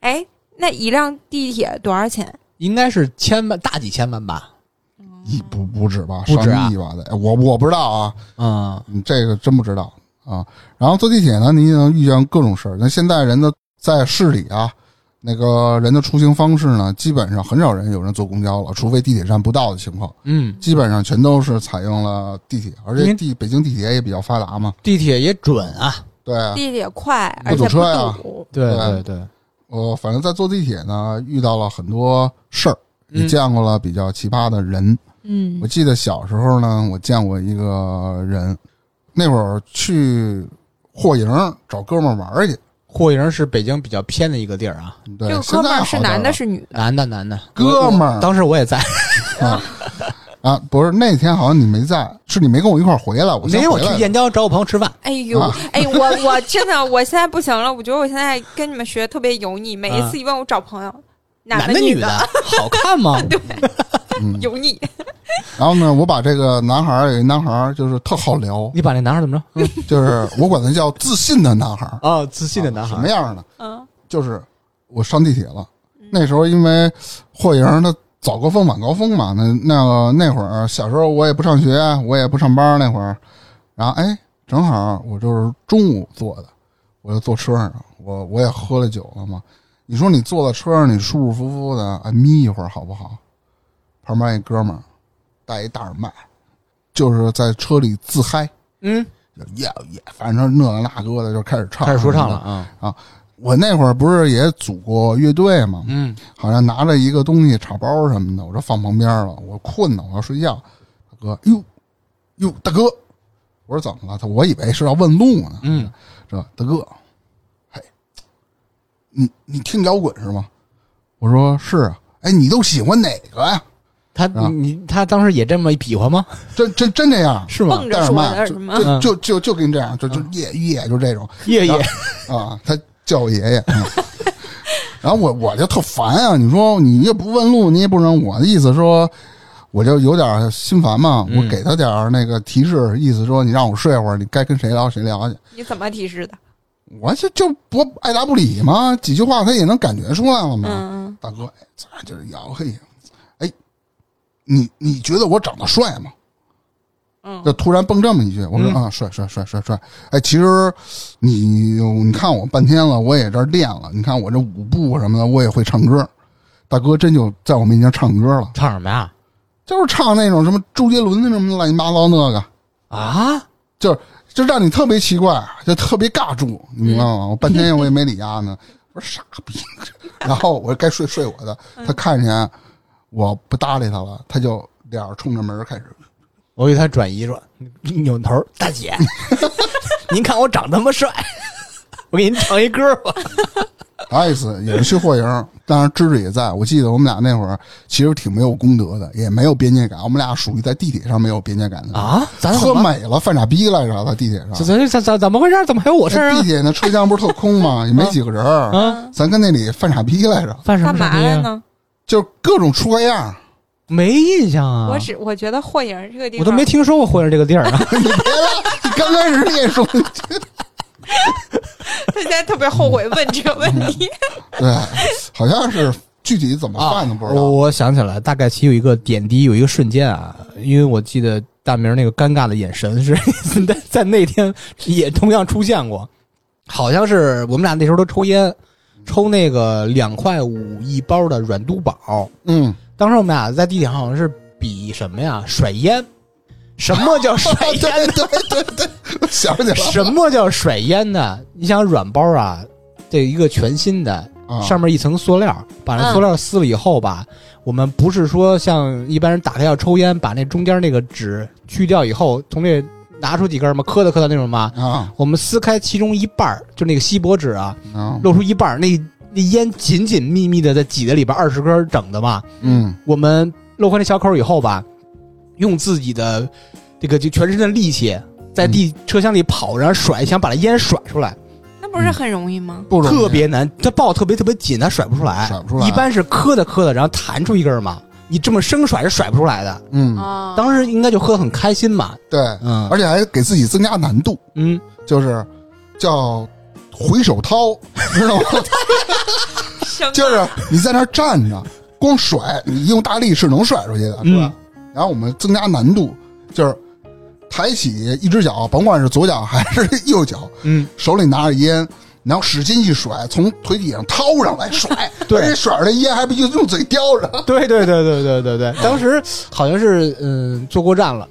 Speaker 2: 哎，那一辆地铁多少钱？
Speaker 3: [LAUGHS] 应该是千万大几千万吧？
Speaker 1: 一不不止吧，
Speaker 3: 不止啊
Speaker 1: 上亿吧得，哎我我不知道啊，
Speaker 3: 嗯，
Speaker 1: 嗯这个真不知道啊。然后坐地铁呢，你也能遇见各种事儿。那现在人的在市里啊，那个人的出行方式呢，基本上很少人有人坐公交了，除非地铁站不到的情况，
Speaker 3: 嗯，
Speaker 1: 基本上全都是采用了地铁，而且
Speaker 3: 您
Speaker 1: 地北京地铁也比较发达嘛。
Speaker 3: 地铁也准啊。
Speaker 1: 对啊，
Speaker 2: 地铁快，
Speaker 1: 不
Speaker 2: 而
Speaker 1: 堵
Speaker 2: 且
Speaker 1: 车呀
Speaker 2: 堵。
Speaker 4: 对对
Speaker 1: 对
Speaker 4: 对，
Speaker 1: 我反正在坐地铁呢，遇到了很多事儿，也
Speaker 3: 嗯
Speaker 1: 见过了比较奇葩的人。
Speaker 2: 嗯
Speaker 1: 我，记得小时候呢，我见过一个人，那会儿去霍营找哥们儿玩儿去。
Speaker 3: 霍营是北京比较偏的一个地儿啊，
Speaker 1: 对，
Speaker 2: 这个
Speaker 1: 现
Speaker 2: 哥们
Speaker 1: 在
Speaker 2: 儿
Speaker 1: 好
Speaker 2: 是
Speaker 1: 点
Speaker 2: 男的
Speaker 1: 了
Speaker 2: 是女的？
Speaker 3: 男的男的，
Speaker 1: 哥们儿
Speaker 3: 我当时我也在，
Speaker 1: [LAUGHS] 啊？不是那天好像你没在，是你没跟我一块儿回来，我
Speaker 3: 那
Speaker 1: 先
Speaker 3: [LAUGHS] 天我
Speaker 1: 回
Speaker 3: 去
Speaker 1: 来了。
Speaker 3: 燕郊找我朋友吃饭，
Speaker 2: 哎
Speaker 1: [LAUGHS]
Speaker 2: 呦
Speaker 1: 啊，
Speaker 2: 哎，我我真的我现在不行了，我觉得我现在跟你们学特别油腻，每一
Speaker 1: 啊
Speaker 2: 次一问我找朋友，
Speaker 3: 男
Speaker 2: 的
Speaker 3: 女
Speaker 2: 的，
Speaker 3: 好看吗？
Speaker 1: 嗯，
Speaker 2: 油腻。
Speaker 1: 然后呢，我把这个男孩儿有一男孩儿就是特好聊，
Speaker 3: [LAUGHS] 你把那男孩怎么着？
Speaker 1: 就是我管他叫自信的男孩儿，
Speaker 3: 啊，自信的男
Speaker 1: 什么
Speaker 3: 孩，
Speaker 1: 样呢？
Speaker 2: 嗯，
Speaker 1: 就是我上地铁了，那时候因为霍营他早高峰晚高峰嘛，那那个那会儿小时候我也不上学，我也不上班那会儿，然后哎，正好我就是中午坐的，我就坐车上，我我也喝了酒了嘛。你说你坐在车上，你舒舒服服的，哎，眯一会儿好不好？旁边一哥们儿带一大耳麦，就是在车里自嗨，
Speaker 3: 嗯，
Speaker 1: 就耶耶，反正那个那个的就开始唱，
Speaker 3: 开始说唱了。啊，
Speaker 1: 我那会儿不是也组过乐队嘛，
Speaker 3: 嗯，
Speaker 1: 好像拿着一个东西插包什么的，我这放旁边了，我困呢，我要睡觉。大哥，哟哟，大哥，我说怎么了？他我以为是要问路呢。
Speaker 3: 嗯，
Speaker 1: 这大哥，嘿，你你听摇滚是吗？我说是啊。哎，你都喜欢哪个呀、
Speaker 3: 他
Speaker 1: 啊
Speaker 3: 你他当时也这么比划吗？
Speaker 1: 真真真这样，
Speaker 3: 是吗
Speaker 2: 蹦？
Speaker 1: 戴
Speaker 2: 着
Speaker 1: 尔
Speaker 2: 说
Speaker 1: 曼
Speaker 2: 的
Speaker 1: 就是
Speaker 2: 吗？
Speaker 1: 就
Speaker 3: 嗯
Speaker 1: 就就就跟你这样，就就夜夜就这种。
Speaker 3: 夜夜
Speaker 1: 啊，他叫我爷爷。嗯然后我我就特烦啊！你说你也不问路，你也不让我的意思说，我就有点心烦嘛。
Speaker 3: 嗯
Speaker 1: 我给他点儿那个提示，意思说你让我睡会儿，你该跟谁聊谁聊去。
Speaker 2: 你怎么提示的？
Speaker 1: 我这就不爱答不理嘛，几句话他也能感觉出来了嘛。
Speaker 2: 嗯，
Speaker 1: 大哥，哎咱就是摇嘿，哎，你你觉得我长得帅吗？
Speaker 2: 嗯
Speaker 1: 就突然蹦这么一句，我说、啊，帅帅帅帅帅！哎，其实你你看我半天了，我也这儿练了，你看我这舞步什么的，我也会唱歌。大哥真就在我面前唱歌了，
Speaker 3: 唱什么呀？
Speaker 1: 就是唱那种什么周杰伦的什么乱七八糟那个，
Speaker 3: 啊，
Speaker 1: 就是就让你特别奇怪，就特别尬住，你明白吗？我半天我也没理他呢， [LAUGHS] 我说傻逼。 [LAUGHS] 然后我该睡睡我的，他看见我不搭理他了，他就脸儿冲着门儿开始
Speaker 3: 我给他转移说，扭头，大姐， [LAUGHS] 您看我长他妈帅，我给您唱一歌吧。
Speaker 1: 爱哎死 [LAUGHS] 也是去霍营，当然芝芝也在。我记得我们俩那会儿其实挺没有功德的，也没有边界感，我们俩属于在地铁上没有边界感的。
Speaker 3: 啊，咱
Speaker 1: 喝
Speaker 3: 怎么
Speaker 1: 美了，犯傻逼来着，在地铁上。
Speaker 3: 怎怎怎怎怎么回事？怎么还有我事儿
Speaker 1: 那
Speaker 3: 啊
Speaker 1: 地？铁那车厢不是特空吗？也没几个人儿，
Speaker 3: [LAUGHS] 啊，
Speaker 1: 咱跟那里犯傻逼来着，
Speaker 3: 犯什
Speaker 2: 哎干
Speaker 3: 么傻
Speaker 2: 嘛
Speaker 3: 逼
Speaker 2: 了
Speaker 3: 啊？
Speaker 2: 呢？
Speaker 1: 就各种出个样儿。
Speaker 3: 没印象啊，
Speaker 2: 我只我觉得霍营这个地方
Speaker 3: 我都没听说过霍家这个地儿啊。
Speaker 1: 你刚开始也说
Speaker 2: 他现在特别后悔问这个问题。
Speaker 1: 嗯对，好像是具体怎么犯的不知道。
Speaker 3: 啊我我想起来，大概其有一个点滴，有一个瞬间啊，因为我记得大明那个尴尬的眼神是 [LAUGHS] 在在那天也同样出现过，好像是我们俩那时候都抽烟，抽那个两块五一包的软都宝，
Speaker 1: 嗯，
Speaker 3: 当时我们俩在地铁上好像是比什么呀，甩烟。什么叫甩 [LAUGHS]
Speaker 1: 啊
Speaker 3: 烟？
Speaker 1: 对对对对，我想起来了
Speaker 3: 什么叫甩烟呢？你想软包啊，这一个全新的，
Speaker 1: 啊，
Speaker 3: 上面一层塑料，把那塑料撕了以后吧，我们不是说像一般人打开要抽烟，把那中间那个纸去掉以后，从这拿出几根嘛，磕的磕的那种嘛，
Speaker 1: 啊
Speaker 3: 我们撕开其中一半儿，就那个锡箔纸啊，
Speaker 1: 啊
Speaker 3: 露出一半儿，那那烟紧紧密密的在挤在里边，二十根儿整的嘛，
Speaker 1: 嗯
Speaker 3: 我们露开那小口以后吧，用自己的这个就全身的力气在地车厢里跑，然后甩，想把那烟甩出来。
Speaker 2: 那不是很容易吗？
Speaker 1: 不容易
Speaker 3: 特别难，它抱得特别特别紧，它甩不出来，
Speaker 1: 甩不出来
Speaker 3: 一般是磕的磕的，然后弹出一根儿嘛。你这么生甩是甩不出来的。
Speaker 1: 嗯
Speaker 2: 啊，
Speaker 3: 当时应该就喝得很开心嘛，
Speaker 1: 对，
Speaker 3: 嗯
Speaker 1: 而且还给自己增加难度，
Speaker 3: 嗯，
Speaker 1: 就是叫回手掏，知道吗？
Speaker 2: 什么
Speaker 1: 就是你在那儿站着，光甩，你用大力是能甩出去的，是吧？然后我们增加难度，就是抬起一只脚，甭管是左脚还是右脚，
Speaker 3: 嗯，
Speaker 1: 手里拿着烟，然后使劲一甩，从腿底上掏上来甩，
Speaker 3: [LAUGHS] 对
Speaker 1: 而且甩着烟还不就用嘴叼着， [LAUGHS]
Speaker 3: 对对对对对对对，当时好像是嗯坐过站了，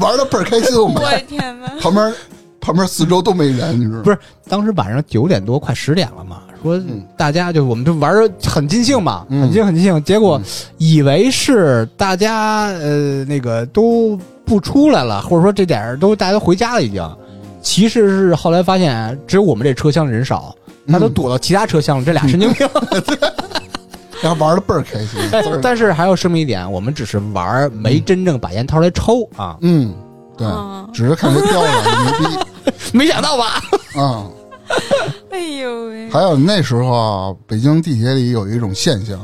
Speaker 1: 玩的倍儿开心。我们
Speaker 2: 我的天哪！
Speaker 1: 旁边旁边四周都没人，你知道吗？
Speaker 3: 不是当时晚上九点多快十点了嘛，说
Speaker 1: 嗯
Speaker 3: 大家就我们就玩的很尽兴嘛，
Speaker 1: 嗯
Speaker 3: 很尽很尽兴，结果以为是大家呃那个都不出来了，或者说这点儿都大家都回家了已经，
Speaker 1: 嗯
Speaker 3: 其实是后来发现只有我们这车厢人少。
Speaker 1: 嗯
Speaker 3: 他都躲到其他车厢了，这俩神经病。
Speaker 1: 然哎后玩的倍儿开心。
Speaker 3: [LAUGHS]
Speaker 1: [LAUGHS]
Speaker 3: 但
Speaker 1: 就是
Speaker 3: 但是还要声明一点，我们只是玩儿，没真正把烟掏出来抽啊。
Speaker 1: 嗯，对，
Speaker 2: 啊
Speaker 1: 只是看谁叼着，牛
Speaker 3: [LAUGHS]
Speaker 1: 逼
Speaker 3: 没想到吧？
Speaker 1: 啊！
Speaker 2: 哎呦喂！
Speaker 1: 还有那时候啊，北京地铁里有一种现象，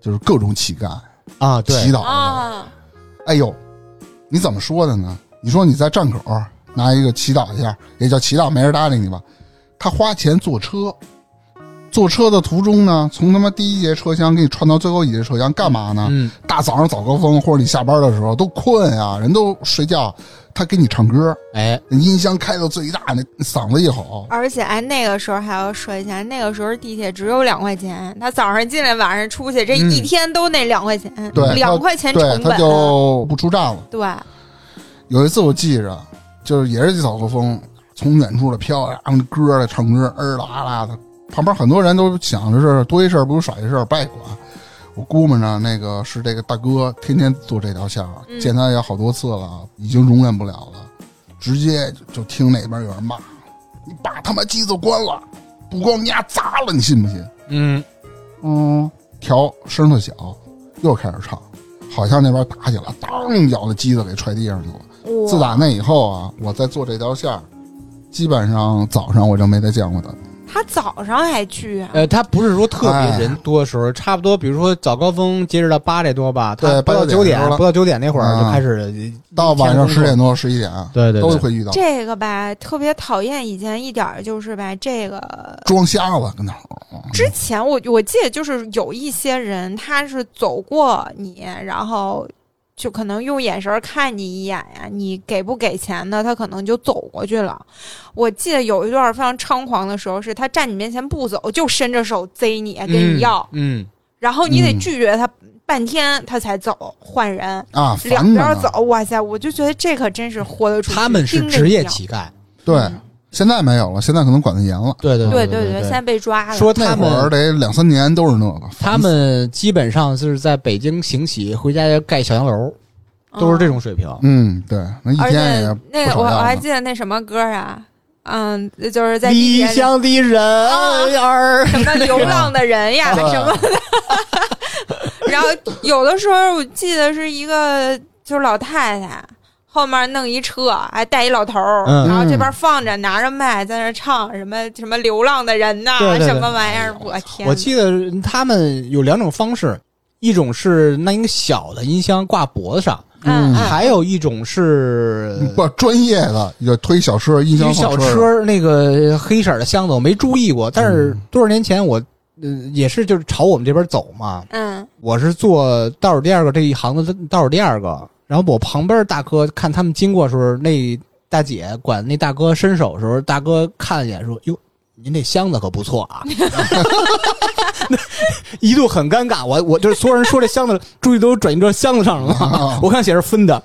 Speaker 1: 就是各种乞丐
Speaker 3: 啊，
Speaker 1: 乞
Speaker 3: 对，
Speaker 1: 讨的。
Speaker 2: 啊，
Speaker 1: 哎呦，你怎么说的呢？你说你在站口拿一个祈祷一下，也叫祈祷，没人搭理你吧？他花钱坐车，坐车的途中呢，从他妈第一节车厢给你串到最后一节车厢，干嘛呢？
Speaker 3: 嗯，
Speaker 1: 大早上早高峰或者你下班的时候都困啊，人都睡觉，他给你唱歌，
Speaker 3: 哎，
Speaker 1: 音箱开到最大，那嗓子一吼，
Speaker 2: 而且哎，那个时候还要说一下，那个时候地铁只有两块钱，他早上进来，晚上出去，这
Speaker 3: 嗯
Speaker 2: 一天都那两块钱，
Speaker 1: 对
Speaker 2: 两块钱
Speaker 1: 对
Speaker 2: 成
Speaker 1: 他
Speaker 2: 本。啊
Speaker 1: 就不出站了。
Speaker 2: 对，
Speaker 1: 有一次我记着，就是也是这早高峰，从远处的飘，然后歌儿的唱歌，儿啦啦的，旁边很多人都想着是多一事不如少一事，不爱管。我估摸着那个是这个大哥天天坐这条线儿，
Speaker 2: 嗯
Speaker 1: 见他也好多次了，已经容忍不了了，直接就听哪边有人骂：“你把他妈机子关了，不光你丫砸了，你信不信？”
Speaker 3: 嗯，
Speaker 1: 嗯，调声特小，又开始唱，好像那边打起来，当咬的机子给踹地上去了。
Speaker 2: 哇
Speaker 1: 自打那以后啊，我在做这条线儿，基本上早上我就没再见过他。
Speaker 2: 他早上还去啊，
Speaker 3: 呃，他不是说特
Speaker 1: 哎
Speaker 3: 别人多的时候，差不多，比如说早高峰截止到八点多吧，
Speaker 1: 对
Speaker 3: 他不到
Speaker 1: 8
Speaker 3: 九点
Speaker 1: 点多，了
Speaker 3: 不到九点那会儿
Speaker 1: 嗯
Speaker 3: 就开始
Speaker 1: 到晚上十点
Speaker 3: 多，
Speaker 1: 多、十一点，啊
Speaker 3: 对对
Speaker 1: 都
Speaker 3: 对，
Speaker 1: 会遇到
Speaker 2: 这个吧特别讨厌。以前一点儿就是吧，这个
Speaker 1: 装瞎了，跟那儿
Speaker 2: 之前我我记得就是有一些人他是走过你，然后就可能用眼神儿看你一眼呀，你给不给钱的，他可能就走过去了。我记得有一段非常猖狂的时候，是他站你面前不走，就伸着手贼你，给你要，
Speaker 3: 嗯，
Speaker 2: 然后你得
Speaker 1: 嗯
Speaker 2: 拒绝他半天，他才走，换人。
Speaker 1: 啊，
Speaker 2: 两
Speaker 1: 烦着
Speaker 2: 边儿走
Speaker 1: 呢。，
Speaker 2: 哇塞！我就觉得这可真是豁得
Speaker 3: 嗯
Speaker 2: 出去。
Speaker 3: 他们是
Speaker 2: 盯着
Speaker 3: 职
Speaker 2: 你
Speaker 3: 业
Speaker 2: 要
Speaker 3: 乞丐，
Speaker 1: 对
Speaker 2: 嗯，
Speaker 1: 现在没有了，现在可能管得严了。
Speaker 3: 对对
Speaker 2: 对
Speaker 3: 对
Speaker 2: 对，现在被抓了。
Speaker 3: 说他
Speaker 1: 那会
Speaker 3: 们
Speaker 1: 儿得两三年都是那个，
Speaker 3: 他们基本上就是在北京行乞，回家要盖小洋楼，
Speaker 2: 哦
Speaker 3: 都是这种水平。
Speaker 1: 嗯，对，那一
Speaker 2: 而且
Speaker 1: 天也
Speaker 2: 那
Speaker 1: 不
Speaker 2: 个我
Speaker 1: 少
Speaker 2: 我还
Speaker 1: 样子。
Speaker 2: 记得那什么歌啊，嗯，就是在地
Speaker 3: 理
Speaker 2: 铁里嗯
Speaker 3: 想的人儿，
Speaker 2: 什么流浪的人
Speaker 1: [LAUGHS]
Speaker 2: 呀，什么的。然后有的时候我记得是一个就是老太太后面弄一车，还带一老头儿，
Speaker 3: 嗯
Speaker 2: 然后这边放着拿着麦在那儿唱什么什么流浪的人呐、
Speaker 3: 对对对
Speaker 2: 什么玩意儿，我天！
Speaker 3: 我记得他们有两种方式，一种是那一个小的音箱挂脖子上，
Speaker 2: 嗯，嗯
Speaker 3: 还有一种是
Speaker 1: 不专业的，一个推小车、音
Speaker 3: 一
Speaker 1: 箱
Speaker 3: 小
Speaker 1: 后车
Speaker 3: 车那个黑色的箱子，我没注意过，但是多少年前我。呃，也是，就是朝我们这边走嘛。
Speaker 2: 嗯
Speaker 3: 我是坐倒数第二个这一行的倒数第二个，然后我旁边大哥看他们经过的时候，那大姐管那大哥伸手的时候，大哥看了一眼说：“哟，您这箱子可不错 [LAUGHS] 啊。”一度很尴尬，我我就是所有人说这箱子注意都转移到箱子上了嘛，我看写着分 [LAUGHS] 的，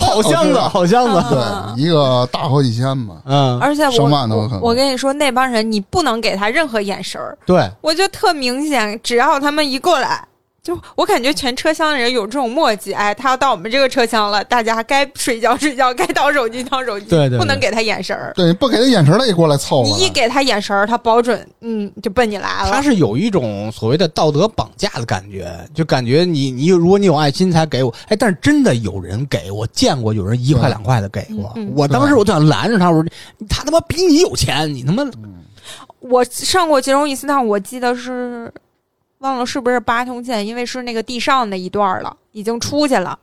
Speaker 3: 好箱子，好箱
Speaker 2: 嗯
Speaker 3: 子，
Speaker 1: 的，对，一个大好几千嘛，
Speaker 3: 嗯，
Speaker 2: 而且我
Speaker 1: 上万的我
Speaker 2: 我
Speaker 1: 看过
Speaker 2: 我跟你说，那帮人你不能给他任何眼神儿，
Speaker 3: 对，
Speaker 2: 我就特明显，只要他们一过来，就我感觉全车厢的人有这种默契，哎，他要到我们这个车厢了，大家该睡觉睡觉，该掏手机掏手机，
Speaker 3: 对对对
Speaker 2: 不能给他眼神儿。
Speaker 1: 对，不给他眼神儿，他也过来凑合
Speaker 2: 你一
Speaker 1: 了。
Speaker 2: 给他眼神儿，他保准嗯就奔你来
Speaker 3: 他
Speaker 2: 了。
Speaker 3: 是有一种所谓的道德绑架的感觉，就感觉你你如果你有爱心才给我，哎，但是真的有人给我见过有人一块
Speaker 1: 对
Speaker 3: 两块的给我，
Speaker 2: 嗯嗯
Speaker 3: 我当时我就想拦着他，我说你他他妈比你有钱，你他妈
Speaker 2: 我上过其中一次趟，我记得是忘了是不是八通线，因为是那个地上的一段儿了，已经出去了。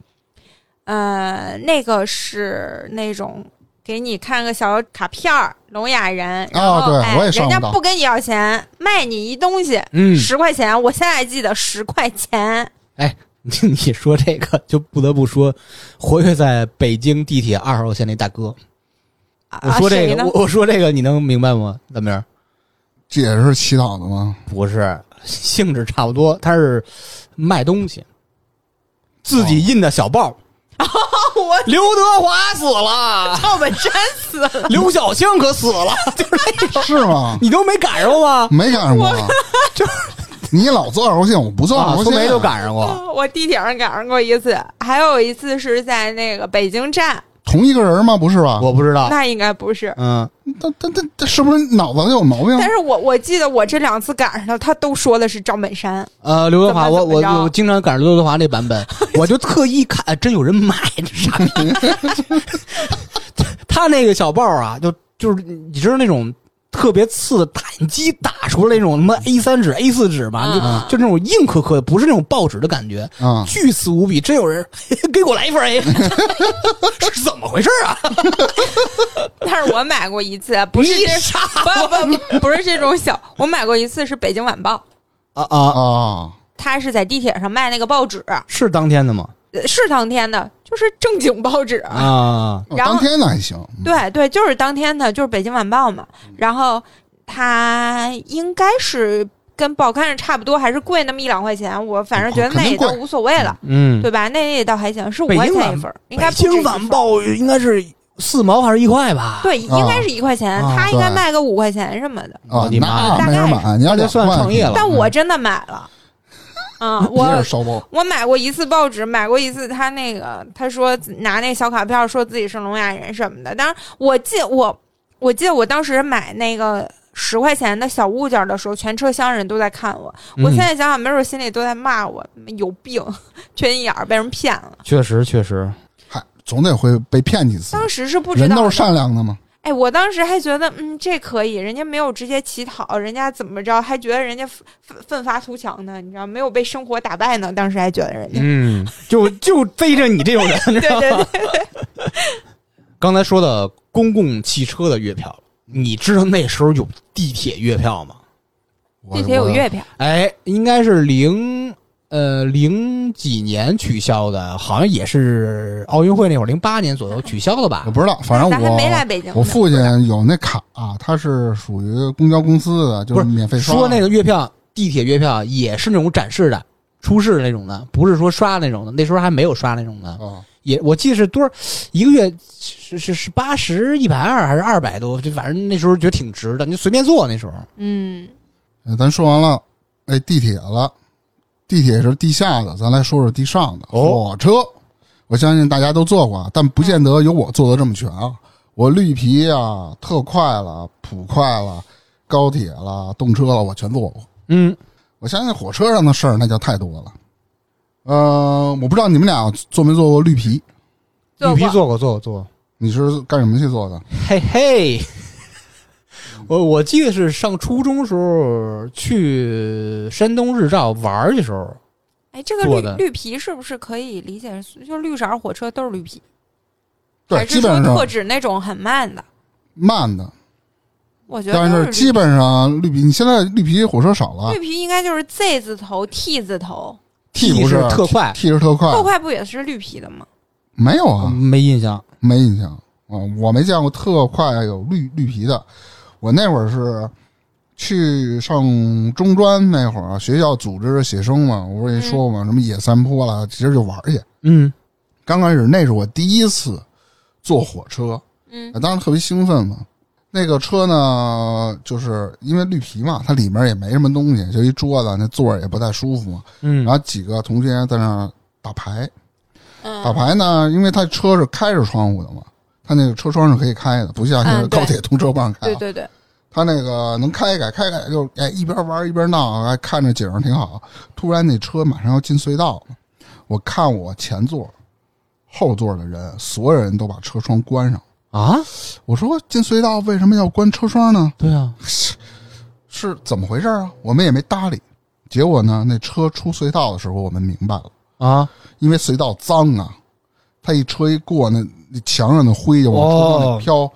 Speaker 2: 呃，那个是那种给你看个小卡片儿，聋哑人，然后、
Speaker 1: 啊对
Speaker 2: 哎、
Speaker 1: 我也上
Speaker 2: 人
Speaker 1: 过
Speaker 2: 家
Speaker 1: 当
Speaker 2: 不跟你要钱，卖你一东西，
Speaker 3: 嗯
Speaker 2: 十块钱，我现在还记得十块钱，
Speaker 3: [LAUGHS] 你你说这个就不得不说，活跃在北京地铁二号线那大哥，
Speaker 2: 啊
Speaker 3: 我说这
Speaker 2: 谁
Speaker 3: 个
Speaker 2: 呢
Speaker 3: 我我说这个你能明白吗？大明儿
Speaker 1: 这也是祈祷的
Speaker 2: [LAUGHS]
Speaker 1: 吗？
Speaker 3: 不是性质差不多，他是卖东西，自己印的小报。
Speaker 2: 我 [LAUGHS]
Speaker 3: 刘德华死了，
Speaker 2: 把我们粘死了，
Speaker 3: [LAUGHS] 刘晓庆可死了， [LAUGHS]
Speaker 1: 是吗？
Speaker 3: 你都没赶上过 [LAUGHS] 吗？
Speaker 1: 没赶上过 [LAUGHS] 吧，啊你老做二号线，我不做二
Speaker 3: 啊，嗯
Speaker 1: 号
Speaker 3: 苏
Speaker 1: 线，
Speaker 3: 梅都赶上过，
Speaker 2: [LAUGHS] 我地铁上赶上过一次，还有一次是在那个北京站，
Speaker 1: 同一个人吗？不是吧？
Speaker 3: 我不知道。
Speaker 2: 那应该不是。
Speaker 3: 嗯，
Speaker 1: 他他他他是不是脑子有毛病？
Speaker 2: 但是我我记得我这两次赶上了，他都说的是赵本
Speaker 3: [LAUGHS]
Speaker 2: 山，
Speaker 3: 呃，刘德华，
Speaker 2: 怎么
Speaker 3: 我
Speaker 2: 怎么
Speaker 3: 我
Speaker 2: 着
Speaker 3: 我经常赶上刘德华那
Speaker 2: [LAUGHS]
Speaker 3: 版本，我就特意看，哎真有人买，这傻逼。 [LAUGHS] 他那个小报啊，就就是你知道那种特别次的打印机打出来那种什么 A 三纸、A 四纸嘛，
Speaker 2: 嗯
Speaker 3: 就就那种硬壳壳的，不是那种报纸的感觉，
Speaker 1: 啊，
Speaker 3: 巨次无比。真有人 [LAUGHS] 给我来一份 A，是怎么回事啊？
Speaker 2: 但是我买过一
Speaker 3: [LAUGHS]
Speaker 2: 次，不是
Speaker 3: 你
Speaker 2: 这
Speaker 3: 傻
Speaker 2: [LAUGHS] 不不不是这种小，我买过一次是《北京晚报》，
Speaker 3: 啊啊！
Speaker 1: 啊，
Speaker 2: 他是在地铁上卖那个报纸，
Speaker 3: 是当天的吗？
Speaker 2: 呃是当天的，就是正经报纸。
Speaker 3: 啊，
Speaker 1: 我
Speaker 2: 然后
Speaker 1: 当天那还行，啊
Speaker 2: 对对，就是当天的，就是《北京晚报》嘛。
Speaker 3: 嗯
Speaker 2: 然后它应该是跟报刊是差不多，还是贵那么一两块钱。我反正觉
Speaker 3: 哦
Speaker 2: 得
Speaker 1: 肯
Speaker 2: 那
Speaker 1: 定
Speaker 2: 也倒
Speaker 1: 贵
Speaker 2: 无所谓了，
Speaker 3: 嗯，
Speaker 2: 对吧？那也倒还行，是五
Speaker 3: 北
Speaker 2: 块
Speaker 3: 京
Speaker 2: 钱
Speaker 3: 晚
Speaker 2: 一份儿，应
Speaker 3: 北
Speaker 2: 该不止
Speaker 3: 京
Speaker 2: 一
Speaker 3: 晚
Speaker 2: 份儿
Speaker 3: 报应该是四毛还是一块吧？，
Speaker 2: 对，应该是一块钱，
Speaker 3: 啊
Speaker 2: 它应该
Speaker 1: 对
Speaker 2: 卖个五块钱什么的。
Speaker 1: 啊，
Speaker 3: 我的
Speaker 1: 那没人
Speaker 2: 呀
Speaker 3: 妈
Speaker 2: 大概
Speaker 1: 买，你要
Speaker 3: 这算
Speaker 1: 两万
Speaker 3: 创业了
Speaker 2: 但我真的买了，啊，
Speaker 1: 嗯 [LAUGHS] 你也
Speaker 2: 我
Speaker 1: 是烧包，
Speaker 2: 我买过一次报纸，买过一次他那个，他说拿那小卡片说自己是聋哑人什么的。当然，我记我我记得我当时买那个十块钱的小物件的时候，全车厢人都在看我。
Speaker 1: 嗯
Speaker 3: 嗯
Speaker 2: 我现在想想，没准心里都在骂我有病， [LAUGHS] 缺心眼儿，被人骗了。
Speaker 3: 确实确实，
Speaker 1: 嗨，总得会被骗几次。
Speaker 2: 当时是不知
Speaker 1: 人
Speaker 2: 道
Speaker 1: 都
Speaker 2: 的
Speaker 1: 是善良的嘛，
Speaker 2: 哎，我当时还觉得，嗯，这可以，人家没有直接乞讨，人家怎么着，还觉得人家奋奋奋发图强呢，你知道，没有被生活打败呢。当时还觉得人家，
Speaker 3: 嗯，就就逮着你这种人， [LAUGHS] 你知
Speaker 2: 对
Speaker 3: 道吗
Speaker 2: 对对，
Speaker 3: 刚才说的公共汽车的月票，你知道那时候有地铁月票吗？
Speaker 1: 我
Speaker 2: 地铁有月票，
Speaker 3: 哎，应该是零呃零几年取消的，好像也是奥运会那会儿，零八年左右取消的吧
Speaker 1: 我？不知道，反正
Speaker 2: 咱还
Speaker 1: 我
Speaker 2: 没来北京呢
Speaker 1: 我父亲有那卡、啊他是属于公交公司的，就
Speaker 3: 不是
Speaker 1: 免费刷。
Speaker 3: 说那个月票，地铁月票也是那种展示的、出示的那种的，不是说刷那种的。那时候还没有刷那种的，
Speaker 1: 啊，
Speaker 3: 也我记得是多少一个月是是是八十、一百二还是二百多，就反正那时候觉得挺值的，你就随便坐那时候。
Speaker 2: 嗯，
Speaker 1: 呃咱说完了，哎，地铁了，地铁是地下的，咱来说说地上的、
Speaker 3: 哦
Speaker 1: 火车。我相信大家都坐过啊，但不见得有我坐的这么全啊。我绿皮啊、特快了、普快了、高铁了、动车了，我全坐过。
Speaker 3: 嗯，
Speaker 1: 我相信火车上的事儿那叫太多了。呃，我不知道你们俩坐没坐过绿皮，
Speaker 2: 坐
Speaker 4: 绿皮
Speaker 2: 过
Speaker 4: 坐过坐过坐过，
Speaker 1: 你是干什么去坐的？
Speaker 3: 嘿嘿，我我记得是上初中时候去山东日照玩儿的时候，
Speaker 2: 哎，这个
Speaker 3: 坐
Speaker 2: 绿
Speaker 3: 的
Speaker 2: 绿皮是不是可以理解是？就是绿色儿火车都是绿皮，
Speaker 1: 对，
Speaker 2: 还
Speaker 1: 基
Speaker 2: 是
Speaker 1: 本
Speaker 2: 说特
Speaker 1: 上
Speaker 2: 指那种很慢的？
Speaker 1: 慢的，
Speaker 2: 我觉得
Speaker 1: 但
Speaker 2: 都
Speaker 1: 是
Speaker 2: 绿
Speaker 1: 基本上绿皮，你现在绿皮火车少了
Speaker 2: 绿皮应该就是 Z 字头、T 字头，
Speaker 1: ，T 不
Speaker 3: 是
Speaker 1: 是
Speaker 3: 特快，
Speaker 1: T 是特快，
Speaker 2: 特快不也是绿皮的吗？
Speaker 1: 没有啊，
Speaker 3: 没印象。
Speaker 1: 没印象啊、我没见过特快有绿绿皮的。我那会儿是去上中专那会儿啊，学校组织写生嘛，我不是也说过嘛，什么野三坡啦，其实就玩儿去。
Speaker 3: 嗯
Speaker 1: 刚开始那是我第一次坐火车，
Speaker 2: 嗯
Speaker 1: 啊当时特别兴奋嘛。那个车呢，就是因为绿皮嘛，它里面也没什么东西，就一桌子，那座儿也不太舒服嘛。
Speaker 3: 嗯
Speaker 1: 然后几个同学在那儿打牌，打
Speaker 2: 嗯，
Speaker 1: 牌呢，因为他车是开着窗户的嘛，他那个车窗是可以开的，不像现在
Speaker 2: 嗯对
Speaker 1: 高铁通车不让开、啊
Speaker 2: 对对对，
Speaker 1: 他那个能开开，开开就哎一边玩一边闹，哎看着景儿挺好。突然那车马上要进隧道了，我看我前座、后座的人，所有人都把车窗关上。
Speaker 3: 啊，
Speaker 1: 我说进隧道为什么要关车窗呢？
Speaker 3: 对啊，
Speaker 1: 是怎么回事啊？我们也没搭理。结果呢，那车出隧道的时候，我们明白了。
Speaker 3: 啊，
Speaker 1: 因为隧道脏啊，它一车一过，那那墙上的灰就往车上
Speaker 4: 哦
Speaker 1: 里飘。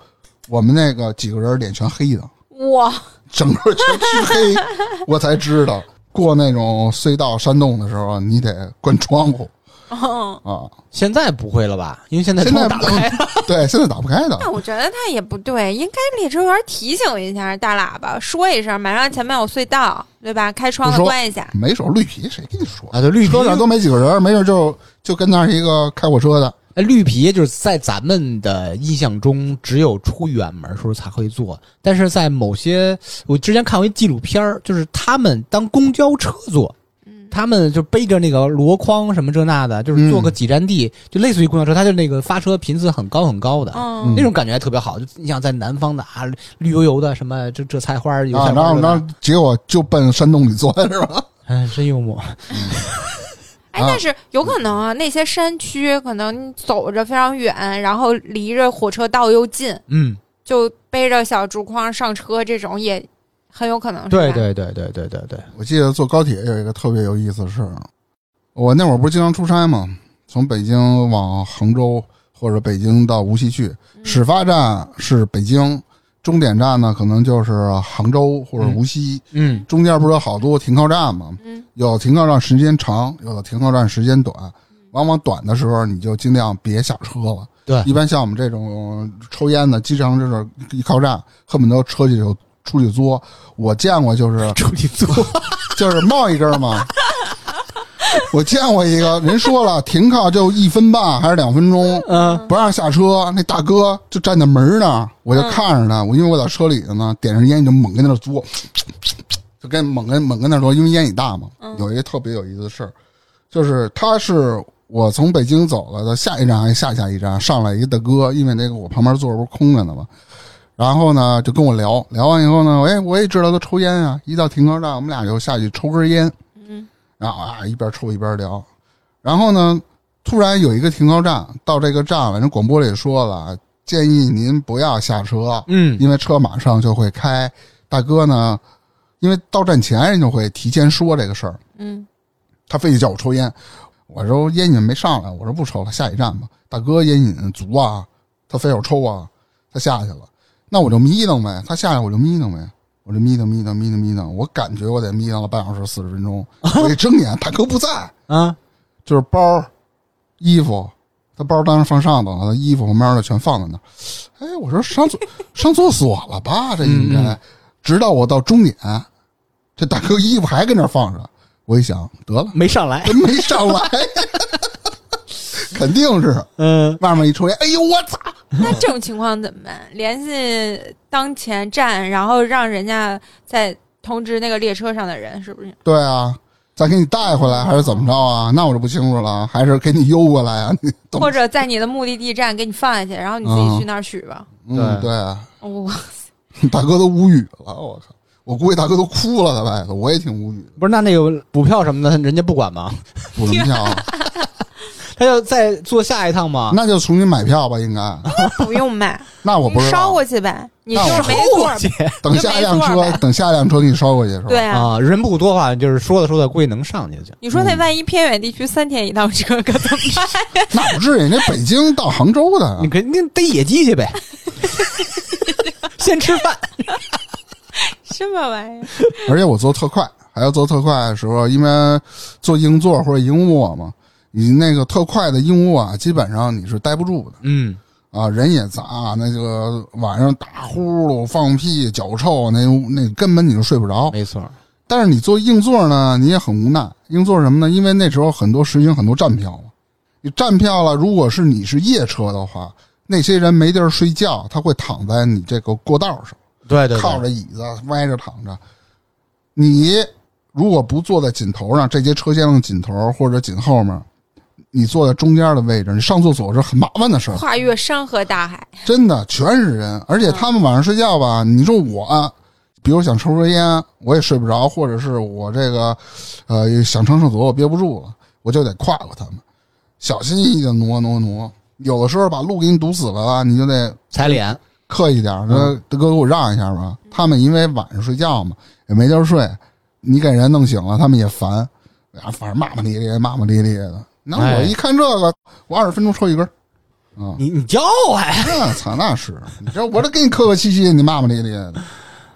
Speaker 1: 我们那个几个人脸全黑的，
Speaker 2: 哇，
Speaker 1: 整个全黢黑。我才知道，过那种隧道山洞的时候，你得关窗户
Speaker 2: 嗯，
Speaker 1: 啊。
Speaker 3: 现在不会了吧？因为现在
Speaker 1: 现在
Speaker 3: 都打不开，
Speaker 1: [LAUGHS] 对，现在打不开的。
Speaker 2: 那我觉得他也不对，应该列车员提醒一下大喇叭，说一声，马上前面有隧道，对吧？开窗
Speaker 1: 不
Speaker 2: 了
Speaker 1: 说
Speaker 2: 关一下。
Speaker 1: 没手绿皮，谁跟你说？
Speaker 3: 啊，对，绿皮
Speaker 1: 车上都没几个人，没事就就跟那儿一个开火车的。
Speaker 3: 哎绿皮就是在咱们的印象中，只有出远门时候才会坐，但是在某些我之前看过一纪录片儿，就是他们当公交车坐，
Speaker 2: 嗯，
Speaker 3: 他们就背着那个箩筐什么这那的，就是坐个几站地，就类似于公交车，它就那个发车频次很高很高的。
Speaker 2: 嗯
Speaker 3: 那种感觉还特别好，就你想在南方的啊，绿油油的什么这这菜花油
Speaker 1: 啊，
Speaker 3: 菜
Speaker 1: 然
Speaker 3: 花
Speaker 1: 后
Speaker 3: 这那，
Speaker 1: 然后结果就奔山洞里钻是吧？
Speaker 3: 哎，真幽默。
Speaker 2: 哎，
Speaker 1: 啊
Speaker 2: 但是有可能啊，那些山区可能走着非常远，然后离着火车道又近，
Speaker 3: 嗯，
Speaker 2: 就背着小竹筐上车，这种也很有可能是吧。
Speaker 3: 对对对对对对对，
Speaker 1: 我记得坐高铁有一个特别有意思的事儿，啊我那会儿不是经常出差嘛，从北京往杭州或者北京到无锡去，
Speaker 2: 嗯
Speaker 1: 始发站是北京，终点站呢可能就是杭州或者无锡，
Speaker 3: 嗯
Speaker 1: 中间不是有好多停靠站嘛，
Speaker 2: 嗯
Speaker 1: 有的停靠站时间长，有的停靠站时间短，往往短的时候你就尽量别下车了。
Speaker 3: 对
Speaker 1: 一般像我们这种抽烟的，经常就是一靠站，恨不得车就有出去作。我见过就是
Speaker 3: [LAUGHS] 出去坐，
Speaker 1: [LAUGHS] 就是冒一根儿
Speaker 3: [LAUGHS]
Speaker 1: 嘛。我见过一个人说了，停靠就一分半还是两分钟，
Speaker 3: 嗯
Speaker 1: 不让下车，那大哥就站在门儿那儿，我就
Speaker 2: 嗯
Speaker 1: 看着他，我因为我在车里头呢，点上烟就猛跟那儿嘬，就跟猛跟猛跟那儿嘬，因为烟瘾大嘛。有一个特别有意思的事儿，就是他是我从北京走了的下一站还是下下一站上来一个大哥，因为那个我旁边座儿不是空着呢嘛，然后呢就跟我聊聊完以后呢，哎我也知道他抽烟啊，一到停靠站我们俩就下去抽根烟，
Speaker 2: 嗯
Speaker 1: 然后啊一边抽一边聊，然后呢，突然有一个停靠站，到这个站了，人广播里说了，建议您不要下车，
Speaker 3: 嗯
Speaker 1: 因为车马上就会开。大哥呢，因为到站前人就会提前说这个事儿， [LAUGHS]
Speaker 2: 嗯
Speaker 1: 他非得叫我抽烟，我说烟瘾没上来，我说不抽了，下一站吧。大哥烟瘾足啊，他非要抽啊，他下去了，那我就眯瞪呗，他下来我就眯瞪呗。我就眯瞪眯瞪眯瞪眯瞪，我感觉我得眯瞪了半小时四十分钟。我一睁眼，大哥不在，
Speaker 3: 啊
Speaker 1: 就是包儿、衣服，他包儿当然放上头了，他衣服旁边的全放在那儿。哎，我说上厕上厕所了吧？这应该。
Speaker 3: 嗯嗯
Speaker 1: 直到我到终点，这大哥衣服还跟那儿放着。我一想，得了，
Speaker 3: 没上来。
Speaker 1: 真没上来， [LAUGHS] 肯定是
Speaker 3: 嗯，
Speaker 1: 外面一抽烟，哎呦我操！
Speaker 2: 那这种情况怎么办？联系当前站，然后让人家再通知那个列车上的人，是不是？
Speaker 1: 对啊，再给你带回来还是怎么着啊？那我就不清楚了，还是给你邮过来啊？你懂 [LAUGHS]
Speaker 2: 或者在你的目的地站给你放下去，然后你自己去那儿取吧。
Speaker 1: 嗯，对，
Speaker 2: 我
Speaker 1: 大哥都无语了，我靠，我估计大哥都哭了，在外头，我也挺无语，
Speaker 3: 不是那那个补票什么的，人家不管 [LAUGHS] 吗？
Speaker 1: 补什么票？
Speaker 3: 他要再坐下一趟
Speaker 2: 啊
Speaker 3: 吗？
Speaker 1: 那就重新买票吧，应
Speaker 2: [LAUGHS]
Speaker 1: 该。
Speaker 2: 不用卖，
Speaker 1: 那我不
Speaker 2: 你
Speaker 1: 知
Speaker 2: 捎
Speaker 1: 道，
Speaker 2: 过去呗，你就
Speaker 1: 那
Speaker 2: 是
Speaker 1: 我
Speaker 2: 没座
Speaker 3: 我
Speaker 2: 儿
Speaker 3: 去
Speaker 1: 等下一辆
Speaker 2: 就没座
Speaker 1: 车
Speaker 2: 儿，呗
Speaker 1: 等下一辆车给你捎过去是吧？
Speaker 2: 对啊。
Speaker 3: 啊！人不多话，就是说的说的，估计能上去就。
Speaker 2: 你说那万一偏远地区三天一趟车可怎么办？
Speaker 1: 那不至于，那北京到杭州的
Speaker 3: 嗯你，肯定逮野鸡 [LAUGHS] 去呗，先吃饭。
Speaker 2: 什么玩意 [LAUGHS] 儿？
Speaker 1: 而且我坐特快，还要坐特快的时候，因为坐硬座或者硬卧嘛，你那个特快的硬卧啊，基本上你是待不住的
Speaker 3: 嗯，
Speaker 1: 啊，人也杂，那个晚上打呼噜、放屁、脚臭，那那根本你就睡不着。
Speaker 3: 没错，
Speaker 1: 但是你坐硬座呢，你也很无奈。硬座是什么呢？因为那时候很多实行很多站票嘛，你站票了，如果是你是夜车的话，那些人没地儿睡觉，他会躺在你这个过道上。
Speaker 3: 对对
Speaker 1: 靠
Speaker 3: 对，
Speaker 1: 着椅子歪着躺着。你如果不坐在紧头上，这节车厢的紧头或者紧后面，你坐在中间的位置，你上厕所是很麻烦的事儿，
Speaker 2: 跨越山河大海，
Speaker 1: 真的全是人，而且他们晚上睡觉吧，你说我啊。比如想抽根烟，我也睡不着，或者是我这个，呃，想上厕所我憋不住了，我就得跨过他们，小心翼翼的挪挪挪。有的时候把路给你堵死了吧，你就得
Speaker 3: 踩脸。
Speaker 1: 客气点儿，说大哥给我让一下吧。他们因为晚上睡觉嘛，也没地儿睡，你给人弄醒了，他们也烦，啊，反正骂骂咧咧，骂骂咧咧的。那
Speaker 3: 哎
Speaker 1: 我一看这个，我二十分钟抽一根儿，啊
Speaker 3: 你你叫哎，
Speaker 1: 那操那是，你这我这给你客客气气，你骂骂咧咧的，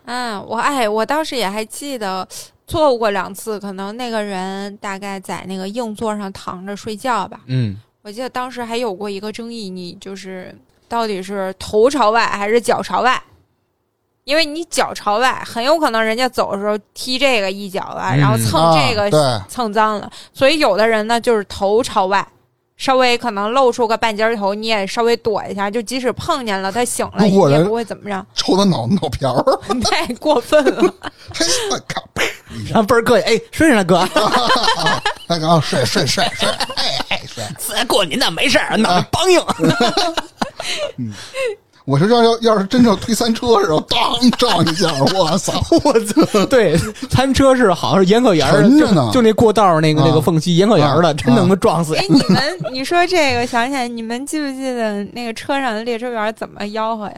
Speaker 2: 嗯，我哎，我当时也还记得坐过两次，可能那个人大概在那个硬座上躺着睡觉吧。
Speaker 3: 嗯，
Speaker 2: 我记得当时还有过一个争议，你就是到底是头朝外还是脚朝外？因为你脚朝外，很有可能人家走的时候踢这个一脚了，
Speaker 3: 嗯
Speaker 2: 然后蹭这
Speaker 1: 啊、
Speaker 2: 个
Speaker 1: 对，
Speaker 2: 蹭脏了，所以有的人呢就是头朝外。稍微可能露出个半截头，你也稍微躲一下，就即使碰见了，他醒了
Speaker 1: 路过
Speaker 2: 你也
Speaker 1: 人
Speaker 2: 不会怎么样，
Speaker 1: 抽他脑脑瓢儿，
Speaker 2: [LAUGHS] 太过分了。
Speaker 1: 嘿，我靠，
Speaker 3: 然后倍儿客气，哎，睡上了哥，
Speaker 1: 那个啊，睡睡睡睡，哎哎睡，
Speaker 3: 过您的没事儿，脑袋梆硬。
Speaker 1: 我说要要要是真正推三车的时候，当撞一下，我操！
Speaker 3: 我操！ [LAUGHS] 对，餐车是好像是严克沿儿的，
Speaker 1: 沉着呢
Speaker 3: 就就那过道儿那个
Speaker 1: 啊
Speaker 3: 那个缝隙严克沿儿
Speaker 1: 啊
Speaker 3: 的，真能够撞死
Speaker 2: 哎。，你们你说这个，想起来你们记不记得那个车上的列车员怎么吆喝呀？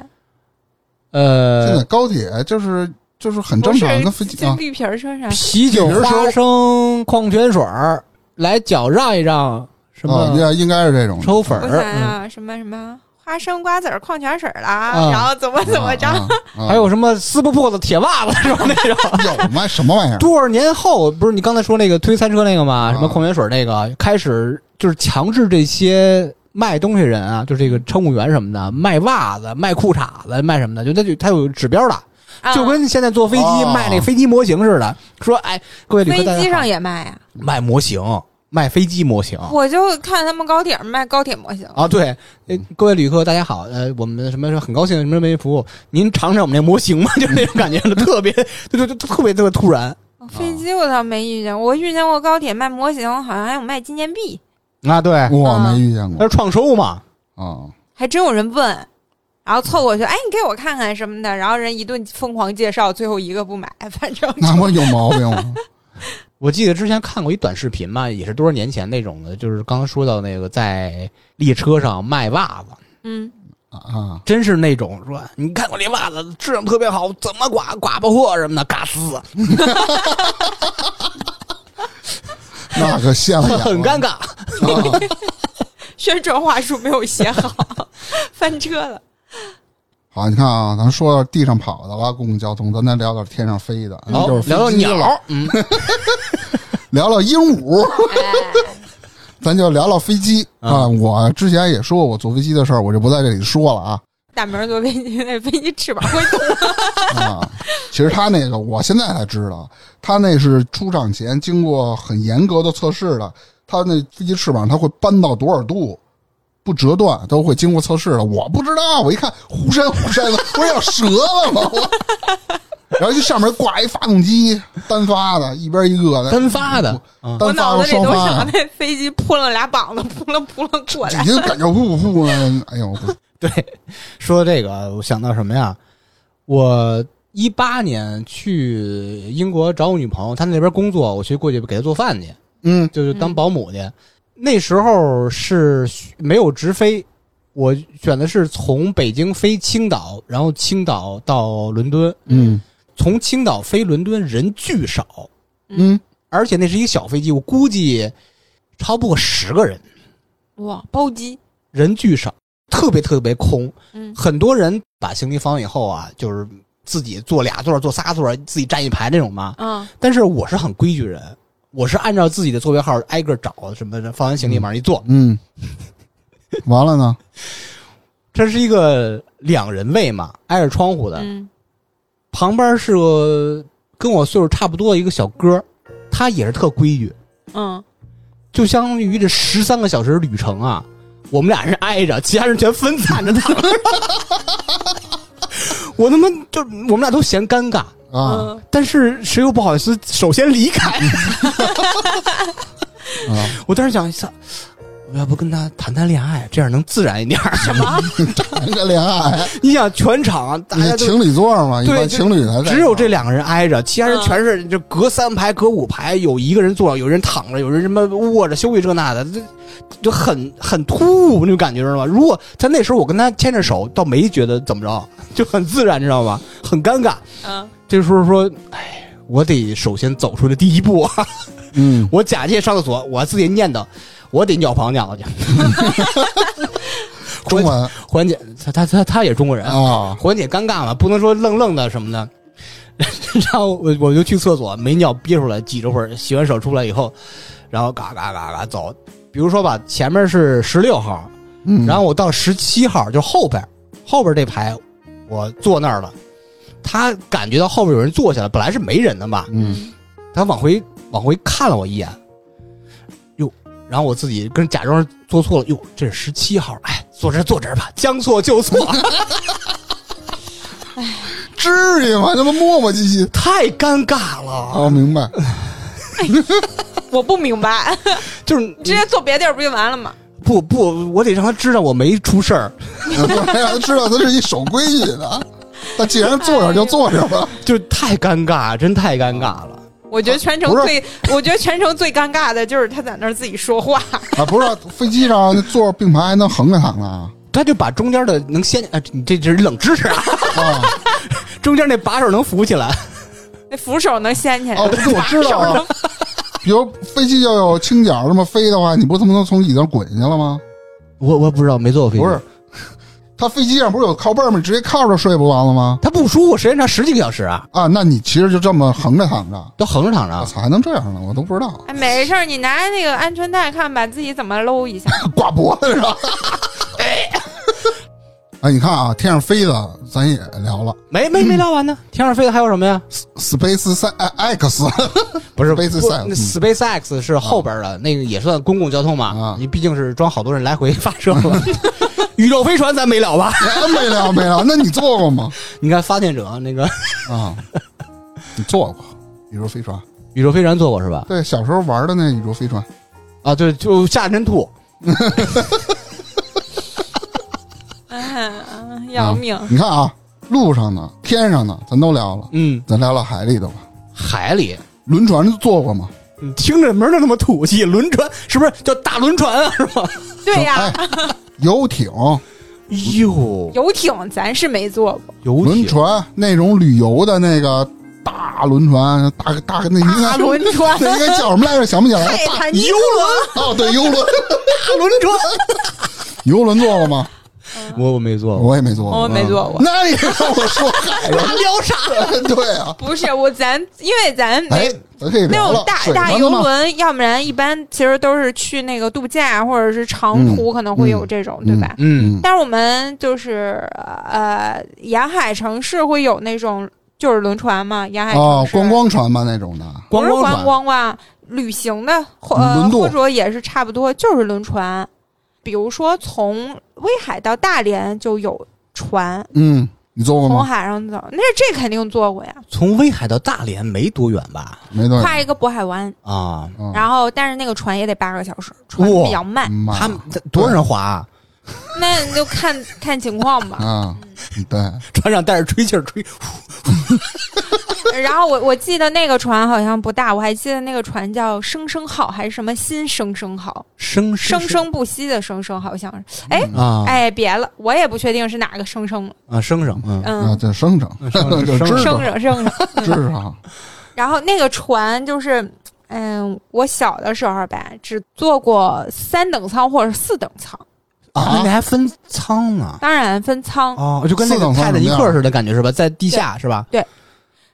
Speaker 1: 现在
Speaker 3: 呃，
Speaker 1: 高铁就是就是很
Speaker 2: 不
Speaker 1: 正
Speaker 2: 是
Speaker 1: 常，跟飞机
Speaker 2: 就
Speaker 1: 啊，
Speaker 2: 绿皮儿车上，
Speaker 3: 啤酒、
Speaker 1: 比如说
Speaker 3: 花生、矿泉水儿来脚让一让，什
Speaker 1: 啊
Speaker 3: 么
Speaker 1: 应应该是这种
Speaker 3: 抽粉
Speaker 2: 我想
Speaker 3: 儿，
Speaker 2: 啊，什么什么花生瓜子儿矿泉水儿啦，[LAUGHS]
Speaker 3: 嗯
Speaker 2: 然后怎么怎么着，
Speaker 1: 啊啊
Speaker 3: 嗯
Speaker 1: 啊
Speaker 3: 还有什么撕不破的铁袜子是吧？那种。
Speaker 1: [LAUGHS] 有吗？什么玩意儿？
Speaker 3: 多少年后，不是你刚才说那个推餐车那个
Speaker 1: 啊
Speaker 3: 吗？什么矿泉水那个，开始就是强制这些卖东西人啊，就是这个乘务员什么的，卖袜子、卖裤衩子、卖什么的，就他就他有指标的，
Speaker 2: 啊
Speaker 3: 就跟现在坐飞机
Speaker 1: 哦
Speaker 3: 卖那飞机模型似的，说哎，各位旅客
Speaker 2: 飞
Speaker 3: 大
Speaker 2: 机
Speaker 3: 家好
Speaker 2: 上，也卖呀、
Speaker 3: 卖模型，卖飞机模型。
Speaker 2: 我就看他们高铁上卖高铁模型，
Speaker 3: 啊，对，呃，各位旅客，大家好，呃，我们什么什么很高兴什么什么服务，您尝尝我们这模型吧， [LAUGHS] 就是那种感觉，特别，就就就特别特别突然
Speaker 2: 飞机我倒没遇见，我遇见过高铁卖模型，好像还有卖纪念币，
Speaker 3: 啊，对，
Speaker 1: 我没遇见
Speaker 3: 他
Speaker 1: 过
Speaker 3: 是创收嘛，
Speaker 1: 啊！
Speaker 2: 还真有人问。然后凑过去，哎，你给我看看什么的，然后人一顿疯狂介绍，最后一个不买， [LAUGHS] 反正
Speaker 1: 那我有毛病吗？
Speaker 3: 我记得之前看过一短视频嘛，也是多少年前那种的，就是刚刚说到那个在列车上卖袜子，
Speaker 2: 嗯，
Speaker 1: 啊！
Speaker 3: 真是那种说你看我这袜子质量特别好，怎么刮刮不破什么的，嘎吱，
Speaker 1: 那可现
Speaker 3: 哎
Speaker 1: 了眼了，
Speaker 3: 很尴尬。
Speaker 1: 尬。
Speaker 2: 宣传话术没有写好， [LAUGHS] 翻车了。
Speaker 1: 好，你看啊，咱说到地上跑的了，公共交通，咱再聊点天上飞的，
Speaker 3: 好
Speaker 1: 就是，
Speaker 3: 聊聊
Speaker 1: 飞机了，
Speaker 3: 鸟，嗯，
Speaker 1: [LAUGHS] 聊聊鹦鹉，
Speaker 2: 哎，
Speaker 1: 咱就聊聊飞机
Speaker 3: 嗯
Speaker 1: 啊。我之前也说过我坐飞机的事儿，我就不在这里说了啊。
Speaker 2: 大明儿坐飞机，那飞机翅膀会
Speaker 3: [LAUGHS]
Speaker 2: 动。
Speaker 1: 啊，其实他那个我现在才知道，他那是出厂前经过很严格的测试的，他那飞机翅膀它会扳到多少度，不折断都会经过测试的。我不知道，我一看虎山虎山的，不是要折了吗？ [LAUGHS] 我然后就上面挂一发动机，单发的，一边一个的，
Speaker 3: 单发的，嗯
Speaker 2: 我
Speaker 1: 单发
Speaker 2: 脑
Speaker 1: 的
Speaker 2: 子里
Speaker 1: 双
Speaker 2: 都
Speaker 1: 发
Speaker 3: 啊
Speaker 2: 想
Speaker 1: 的，
Speaker 3: [LAUGHS]
Speaker 2: 那飞机扑棱俩膀子，扑棱扑棱过
Speaker 1: 已
Speaker 2: 来。
Speaker 1: 经感觉呼呼呼了。哎呦，
Speaker 3: 对，说这个啊我想到什么呀？我一八年去英国找我女朋友，她那边工作，我去过去给她做饭去，
Speaker 1: 嗯
Speaker 3: 就是当
Speaker 2: 嗯
Speaker 3: 保姆去。那时候是没有直飞，我选的是从北京飞青岛，然后青岛到伦敦，
Speaker 1: 嗯
Speaker 3: 从青岛飞伦敦人巨少，
Speaker 1: 嗯，
Speaker 3: 而且那是一个小飞机，我估计超不过十个人，
Speaker 2: 哇，包机，
Speaker 3: 人巨少，特别特别空。
Speaker 2: 嗯
Speaker 3: 很多人把行李放完以后啊，就是自己坐俩座儿、坐仨座儿，自己站一排那种嘛。
Speaker 2: 啊
Speaker 3: 但是我是很规矩人，我是按照自己的座位号挨个找，什么的放完行李往上一坐。
Speaker 1: 嗯，完了呢，
Speaker 3: 这是一个两人位嘛，挨着窗户的，
Speaker 2: 嗯
Speaker 3: 旁边是个跟我岁数差不多的一个小哥儿，他也是特规矩，
Speaker 2: 嗯，
Speaker 3: 就相当于这十三个小时旅程啊，我们俩人挨着，其他人全分散着躺着。 [LAUGHS] 我他妈就我们俩都嫌尴尬，
Speaker 1: 啊
Speaker 2: 嗯
Speaker 3: 但是谁又不好意思首先离开？
Speaker 1: 啊，
Speaker 3: 我当时想，操，我要不跟他谈谈恋爱，这样能自然一点儿。
Speaker 1: 谈个恋爱，
Speaker 3: 你想全场啊大
Speaker 1: 你
Speaker 3: 家都
Speaker 1: 情侣座嘛，一
Speaker 3: 对
Speaker 1: 般
Speaker 3: 就
Speaker 1: 情侣才在
Speaker 3: 只有这两个人挨着，其他人
Speaker 2: 嗯
Speaker 3: 全是就隔三排、隔五排，有一个人坐着，有人躺着，有人什么卧着休息这那的，这就很很突兀，那种感觉知道吗？如果在那时候我跟他牵着手，倒没觉得怎么着，就很自然，知道吗？很尴尬。
Speaker 2: 嗯
Speaker 3: 这时候说，哎，我得首先走出这第一步啊。 [LAUGHS]
Speaker 1: 嗯
Speaker 3: 我假借上厕所，我自己念叨，我得尿旁尿去。 [LAUGHS]
Speaker 1: 中文 [LAUGHS]
Speaker 3: 缓解他他他他也中国人，
Speaker 1: 啊，
Speaker 3: 缓解尴尬嘛，不能说愣愣的什么的。 [LAUGHS] 然后我我就去厕所，没尿憋出来，挤着会儿，洗完手出来以后，然后嘎嘎嘎嘎走。比如说吧，前面是十六号，
Speaker 1: 嗯，
Speaker 3: 然后我到十七号，就后边后边这排，我坐那儿了。他感觉到后边有人坐下了，本来是没人的嘛，
Speaker 1: 嗯
Speaker 3: 他往回往回看了我一眼，哟，然后我自己跟假装做错了，哟，这是十七号，哎，坐这儿坐这儿吧，将错就错， [LAUGHS]
Speaker 1: 至于吗？他妈磨磨唧唧
Speaker 3: 太尴尬了，
Speaker 1: 啊，明 [LAUGHS] 白，
Speaker 2: 我不明白，
Speaker 3: 就是你
Speaker 2: 直接坐别地儿不就完了吗？
Speaker 3: 不不，我得让他知道我没出事儿，
Speaker 1: 让他知道他是一守规矩的。那既然坐着就坐着吧，
Speaker 3: 就太尴尬，真太尴尬了。
Speaker 2: 我觉得全程
Speaker 1: 啊不是
Speaker 2: 最，我觉得全程最尴尬的就是他在那儿自己说话，
Speaker 1: 啊，不是飞机上坐着并排还能横着躺呢 [LAUGHS]
Speaker 3: 他就把中间的能掀，啊，你这这是冷知识啊！
Speaker 1: 啊，
Speaker 3: 中间那把手能扶起来，
Speaker 2: 那扶手能掀起来，
Speaker 1: 哦不是我知道啊 [LAUGHS]
Speaker 2: 把手能
Speaker 1: 比如飞机要有倾角这么飞的话，你不他妈能从椅子上滚下去了吗？
Speaker 3: 我我不知道，没坐过飞机，
Speaker 1: 不是，他飞机上不是有靠背吗？你直接靠着睡不完了吗？
Speaker 3: 他不舒服，时间长十几个小时啊，
Speaker 1: 啊，那你其实就这么横着躺着，
Speaker 3: 都横着啊躺
Speaker 1: 我
Speaker 3: 着，
Speaker 1: 操，还能这样呢？我都不知道，啊
Speaker 2: 哎，没事儿，你拿那个安全带看，把自己怎么搂一
Speaker 1: [LAUGHS]
Speaker 2: 下。
Speaker 1: 挂脖子
Speaker 2: [LAUGHS]
Speaker 1: 上。哎，你看啊，天上飞的咱也聊了
Speaker 3: 没没没聊完呢。天上飞的还有什么呀？
Speaker 1: ，Space 三 X
Speaker 3: 不是
Speaker 1: SpaceX
Speaker 3: 不
Speaker 1: 嗯
Speaker 3: 那 SpaceX 是后边的，那个也算公共交通
Speaker 1: 啊
Speaker 3: 嘛，你毕竟是装好多人来回 [LAUGHS] 发射了。宇宙飞船咱没聊吧？
Speaker 1: 哎没聊没聊，那你坐过吗？
Speaker 3: 你看发电者 [LAUGHS] 那个
Speaker 1: 啊，你坐过宇宙飞船？
Speaker 3: 宇宙飞船坐过是吧？
Speaker 1: 对，小时候玩的那宇宙飞船，
Speaker 3: 啊，对，就吓人吐。
Speaker 2: 嗯，要命！
Speaker 1: 你看啊，路上呢，天上呢，咱都聊了，
Speaker 3: 嗯，
Speaker 1: 咱聊聊海里的吧。
Speaker 3: 海里，
Speaker 1: 轮船坐过吗？
Speaker 3: 你听着名儿就那么土气，轮船是不是叫大轮船啊？是吧？
Speaker 2: 对呀、
Speaker 1: 哎，游艇、
Speaker 3: 哟，
Speaker 2: 游艇咱是没坐过，
Speaker 3: [LAUGHS] 游
Speaker 1: 轮
Speaker 3: 艇
Speaker 1: 船那种旅游的那个大轮船，大大那应该
Speaker 2: 大轮船
Speaker 1: 那应该叫什么来着？想不起来了。
Speaker 2: 泰
Speaker 1: 大
Speaker 2: 坦尼克
Speaker 1: 哦，对，游轮，
Speaker 3: 大轮船，
Speaker 1: [LAUGHS] 游轮坐过吗？
Speaker 3: 我我没坐过。
Speaker 1: 我也没坐过，
Speaker 2: 我哦没坐过
Speaker 1: 嗯那你让我说海 [LAUGHS] 了，
Speaker 3: 聊啥？
Speaker 1: 对啊，
Speaker 2: 不是我咱，因为咱没、
Speaker 1: 哎，咱可以
Speaker 2: 那
Speaker 1: 聊
Speaker 2: 种
Speaker 1: 了。
Speaker 2: 大
Speaker 1: 水
Speaker 2: 大
Speaker 1: 上
Speaker 2: 游
Speaker 1: 的嘛，
Speaker 2: 轮，要不然一般其实都是去那个度假或者是长途，可能会有这种，
Speaker 1: 嗯
Speaker 2: 对吧？
Speaker 3: 嗯，
Speaker 1: 嗯
Speaker 2: 但是我们就是呃，沿海城市会有那种哎就是轮船嘛，沿海
Speaker 1: 哦
Speaker 2: 城，市、
Speaker 1: 观光船吧那种的，
Speaker 2: 不
Speaker 3: 观
Speaker 2: 是
Speaker 3: 光
Speaker 2: 观
Speaker 3: 船，
Speaker 2: 光吧，旅行的或呃
Speaker 1: 轮渡
Speaker 2: 或者也是差不多，就是轮船。比如说从威海到大连就有船，
Speaker 1: 嗯，你坐过
Speaker 2: 从
Speaker 1: 吗？
Speaker 2: 海上走，那这肯定坐过呀，
Speaker 3: 从威海到大连没多远吧？
Speaker 1: 没坐过。
Speaker 2: 跨一个渤海湾，
Speaker 3: 啊，
Speaker 1: 嗯
Speaker 2: 然后但是那个船也得八个小时，船
Speaker 3: 哇
Speaker 2: 比较慢，
Speaker 1: 嗯妈
Speaker 3: 他们多少人滑啊？
Speaker 2: 那你就看看情况吧。
Speaker 1: 啊，对，
Speaker 3: 船长带着吹气儿吹，
Speaker 2: [LAUGHS] 然后我我记得那个船好像不大，我还记得那个船叫“生生号”还是什么“新生生号”，
Speaker 3: 生
Speaker 2: 生生不息的“生生”好像
Speaker 1: 嗯
Speaker 2: 是。哎、
Speaker 3: 啊
Speaker 2: 哎，别了，我也不确定是哪个“生生”了。
Speaker 3: 啊生生嗯
Speaker 1: 啊，
Speaker 2: 嗯，
Speaker 1: 这生成
Speaker 3: 嗯生
Speaker 1: [LAUGHS]
Speaker 3: 成
Speaker 1: 就知
Speaker 3: 是
Speaker 1: 识
Speaker 2: 生生生生。
Speaker 1: 知识
Speaker 2: [LAUGHS]
Speaker 1: 啊，
Speaker 2: 然后那个船就是，嗯，我小的时候吧，只坐过三等舱或者四等舱，嗯
Speaker 3: 啊，那还分舱啊呢
Speaker 2: 当然分舱。
Speaker 3: 哦，就跟那
Speaker 1: 四
Speaker 3: 个
Speaker 1: 等舱
Speaker 3: 泰坦尼
Speaker 1: 什么
Speaker 3: 克
Speaker 1: 样
Speaker 3: 似的感觉是吧？在地下是吧？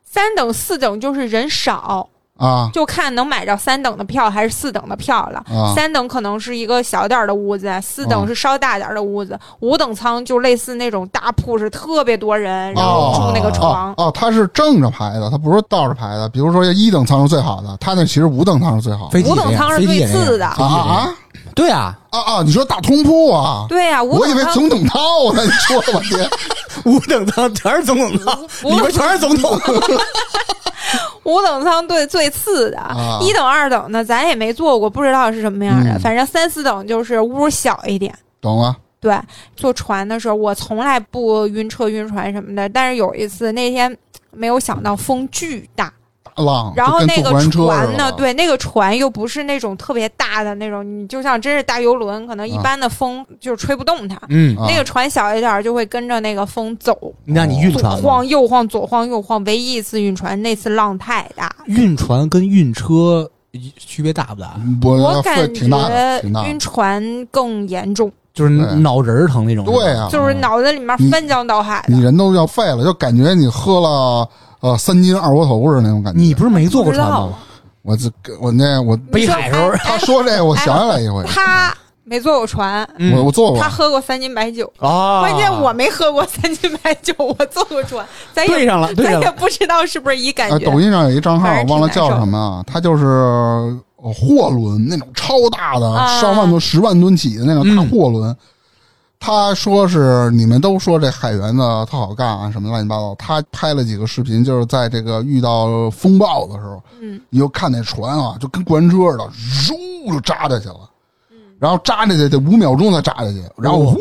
Speaker 2: 三等、四等就是人少，
Speaker 3: [LAUGHS]
Speaker 1: 啊
Speaker 2: 就看能买着三等的票还是四等的票了。
Speaker 1: 啊
Speaker 2: 三等可能是一个小点儿的屋子，四
Speaker 1: 哦
Speaker 3: 啊
Speaker 2: 等是稍大点儿的屋子，五等舱就类似那种大铺是特别多人，然后
Speaker 1: 哦
Speaker 2: 住那个床。
Speaker 1: 哦哦，它是正着排的，它不是倒着排的。比如说，一等舱是最好的，它那其实五等舱是最好的。
Speaker 3: 飞机
Speaker 2: 五
Speaker 3: 也
Speaker 2: 等
Speaker 3: 那样
Speaker 2: 舱是
Speaker 3: 飞机
Speaker 2: 最
Speaker 3: 也那样
Speaker 2: 次的
Speaker 3: 飞
Speaker 1: 啊
Speaker 3: 机也那样
Speaker 1: 啊
Speaker 3: 对啊，
Speaker 1: 啊啊！你说大通铺啊？
Speaker 2: 对呀、五
Speaker 1: 我以
Speaker 2: 等
Speaker 1: 为
Speaker 2: 舱
Speaker 1: 总统套呢，你说了半
Speaker 2: [LAUGHS]
Speaker 1: 天
Speaker 3: 五等舱全是总统舱，
Speaker 2: 五
Speaker 3: 里边全是总统。
Speaker 2: [LAUGHS] 五等舱对最次的，
Speaker 1: 啊
Speaker 2: 一等二等的咱也没坐过，不知道是什么样的。
Speaker 1: 嗯
Speaker 2: 反正三四等就是屋小一点。
Speaker 1: 懂啊了
Speaker 2: 对，坐船的时候我从来不晕车晕船什么的，但是有一次那天没有想到风巨大，
Speaker 1: 大浪，
Speaker 2: 然后
Speaker 1: 就
Speaker 2: 那
Speaker 1: 跟
Speaker 2: 个
Speaker 1: 坐过山车
Speaker 2: 船
Speaker 1: 似
Speaker 2: 呢，
Speaker 1: 的，
Speaker 2: 对，那个船又不是那种特别大的那种，你就像真是大游轮，可能一
Speaker 1: 啊
Speaker 2: 般的风就是吹不动它。
Speaker 3: 嗯，
Speaker 1: 啊
Speaker 2: 那个船小一点儿就会跟着那个风走，
Speaker 3: 那你晕
Speaker 2: 左
Speaker 3: 船吗
Speaker 2: 晃？右晃，左晃右晃。唯一一次晕船，那次浪太大，
Speaker 3: 晕船跟晕车区别大不大？
Speaker 1: 我
Speaker 2: 我
Speaker 1: 嗯费
Speaker 2: 感
Speaker 1: 挺大的，
Speaker 2: 觉
Speaker 1: 挺大的
Speaker 2: 晕。船更严重，
Speaker 3: 就是
Speaker 1: 对啊
Speaker 3: 脑仁儿疼那种。
Speaker 1: 对啊，
Speaker 2: 就是脑子里面翻江倒海
Speaker 1: 你
Speaker 2: 的。
Speaker 1: 人都要废了，就感觉你喝了呃三斤二锅头似的那种感觉。
Speaker 3: 你不是没坐
Speaker 2: 不
Speaker 3: 过
Speaker 2: 知
Speaker 3: 船
Speaker 2: 道
Speaker 3: 吗？，
Speaker 1: 我这我那我
Speaker 2: 你
Speaker 3: 北
Speaker 2: 说
Speaker 3: 海时候
Speaker 2: 哎
Speaker 1: 他说这个，我想起来一回，
Speaker 2: 他没坐过船，
Speaker 3: 嗯
Speaker 1: 我我坐过
Speaker 2: 他喝过三斤白酒。
Speaker 3: 啊
Speaker 2: 关键我没喝过三斤白酒，我坐过船，咱也
Speaker 3: 对上
Speaker 2: [LAUGHS]
Speaker 3: 了，对
Speaker 2: 咱
Speaker 3: 上
Speaker 2: 也
Speaker 3: 了。
Speaker 2: 不知道是不是一感
Speaker 1: 哎，
Speaker 2: 觉。
Speaker 1: 啊抖音上有一账号，
Speaker 2: 反
Speaker 1: 我
Speaker 2: 正挺
Speaker 1: 忘了叫
Speaker 2: 难受
Speaker 1: 什么啊，它就是呃货轮那种超大的，
Speaker 2: 啊
Speaker 1: 上万吨、十万吨起的那种大货轮。他说是你们都说这海员的特好干啊，什么乱七八糟。他拍了几个视频，就是在这个遇到风暴的时候，
Speaker 2: 嗯，
Speaker 1: 你就看那船啊，就跟过山车似的，嗖就扎下去了。
Speaker 2: 嗯
Speaker 1: 然后扎下去得五秒钟才扎下去，然后
Speaker 3: 哦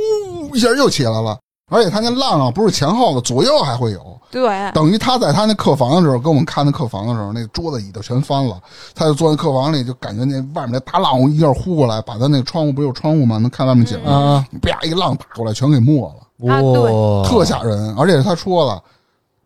Speaker 1: 呼一下又起来了，而且他那浪啊不是前后的，左右还会有。
Speaker 2: 对，
Speaker 1: 等于他在他那客房的时候，跟我们看那客房的时候，那桌子椅子全翻了，他就坐在客房里，就感觉那外面那大浪一下呼过来，把他那窗户不是有窗户吗？能看外面景儿，
Speaker 3: 啊，哦
Speaker 1: 啪、一浪打过来，全给没了，
Speaker 2: 啊对
Speaker 3: 哇，
Speaker 1: 特吓人。而且他说了，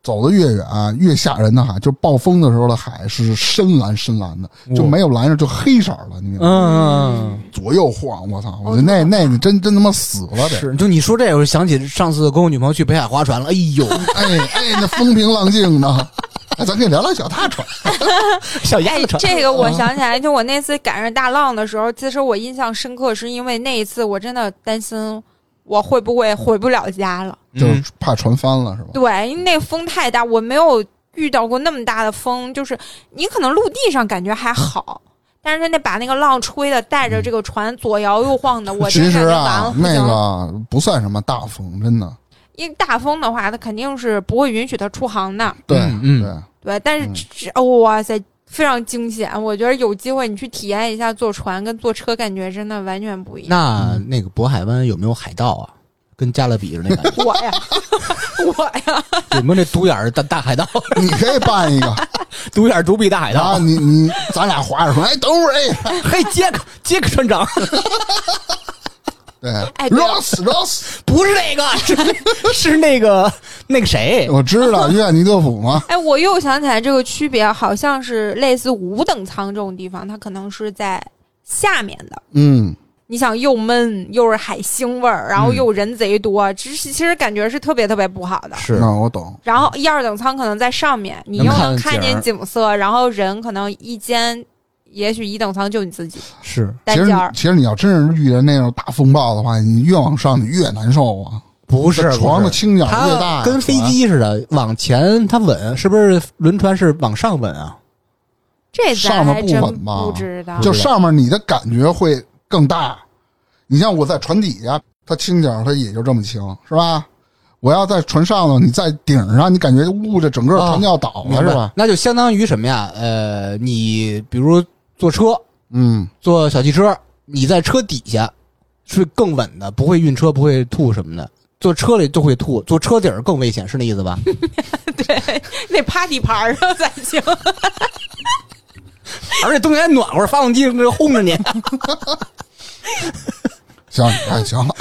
Speaker 1: 走得越远啊越吓人的海，就是暴风的时候的海是深蓝深蓝的，就没有蓝色，就黑色了，你明白吗？
Speaker 3: 哦嗯，哦
Speaker 1: 左右晃，我操！我觉得那那你真真他妈死了得。
Speaker 3: 是。就你说这个，我就想起上次跟我女朋友去北海划船了。哎
Speaker 2: [LAUGHS]
Speaker 3: 呦，
Speaker 1: 哎哎，那风平浪静的， [LAUGHS] 哎，咱可以聊聊小踏船。
Speaker 3: 小鸭
Speaker 2: 哎
Speaker 3: 子，船。
Speaker 2: 这个我想起
Speaker 1: 啊
Speaker 2: 来，就我那次赶上大浪的时候，其实我印象深刻，是因为那一次我真的担心我会不会回不了家了。
Speaker 3: 嗯
Speaker 1: 就是怕船翻了是吧？
Speaker 2: 对，因为那个风太大，我没有遇到过那么大的风，就是你可能陆地上感觉还好。但是他那把那个浪吹的，带着这个船左摇右晃的，我
Speaker 1: 其
Speaker 2: 真
Speaker 1: 实
Speaker 2: 的就完
Speaker 1: 啊
Speaker 2: 了，。
Speaker 1: 那
Speaker 2: 不行
Speaker 1: 个不算什么大风，真的。
Speaker 2: 因为大风的话，它肯定是不会允许它出航的。
Speaker 1: 对，
Speaker 3: 嗯嗯
Speaker 1: 对，
Speaker 2: 对，但是
Speaker 1: 嗯
Speaker 2: 这、哦哇塞，非常惊险！我觉得有机会你去体验一下坐船跟坐车，感觉真的完全不一样。
Speaker 3: 那那个渤海湾有没有海盗啊？跟加勒比似的那感
Speaker 2: [LAUGHS] 我呀，我呀，
Speaker 3: 觉，有没有那独眼儿大大海盗？
Speaker 1: 你可以办
Speaker 3: [LAUGHS]
Speaker 1: 一个
Speaker 3: 独眼儿独臂大海
Speaker 1: 啊！
Speaker 3: 盗？
Speaker 1: 你你，咱俩划着船，哎，等会儿，哎，
Speaker 3: 嘿，杰克杰克船长，
Speaker 1: 对
Speaker 2: 哎对了
Speaker 1: ，Ross Ross，
Speaker 3: 不是那个，是 [LAUGHS] 是那个那个谁？
Speaker 1: 我知
Speaker 2: [LAUGHS]
Speaker 1: 道约翰尼德普嘛，
Speaker 2: 哎，我又想起来这个区别，好像是类似五等舱这种地方，它可能是在下面的。
Speaker 1: 嗯，
Speaker 2: 你想又闷又是海腥味儿，然后
Speaker 3: 嗯
Speaker 2: 又人贼多，其实其实感觉是特别特别不好的。
Speaker 3: 是
Speaker 1: 那我懂，
Speaker 2: 然后一二等舱可能在上面，你
Speaker 3: 能
Speaker 2: 又
Speaker 3: 看
Speaker 2: 能
Speaker 3: 见
Speaker 2: 看
Speaker 3: 景
Speaker 2: 见
Speaker 3: 儿
Speaker 2: 景色，然后人可能一间，也许一等舱就你自己
Speaker 3: 是，
Speaker 2: 单
Speaker 1: 其实
Speaker 2: 间
Speaker 1: 你
Speaker 2: 儿。
Speaker 1: 其实你要真是遇见那种大风暴的话，你越往上你越难受啊，
Speaker 3: 不是
Speaker 1: 床的啊
Speaker 3: 不是
Speaker 1: 倾角越
Speaker 3: 它
Speaker 1: 大，
Speaker 3: 跟飞机似的，往前它稳，是不是轮船是往上稳啊？
Speaker 2: 这
Speaker 1: 上
Speaker 2: 咱
Speaker 1: 面
Speaker 2: 还
Speaker 1: 不
Speaker 2: 真
Speaker 1: 稳吧
Speaker 2: 不知道。
Speaker 1: 就上面你的感觉会更大。你像我在船底下，它轻点儿，它也就这么轻，是吧？我要在船上头，你在顶上，你感觉雾这整个船就要倒了，
Speaker 3: 啊明白
Speaker 1: 哦是吧？？
Speaker 3: 那就相当于什么呀？呃，你比如坐车，
Speaker 1: 嗯，
Speaker 3: 坐小汽车，你在车底下，是更稳的，不会晕车，不会吐什么的。坐车里就会吐，坐车底儿更危险，是那意
Speaker 1: [LAUGHS]
Speaker 3: 思吧？
Speaker 2: 对， [LAUGHS] 那趴地盘上才行。
Speaker 3: 而且冬天还暖和，发动机那轰着你。
Speaker 1: 行，哎，行了，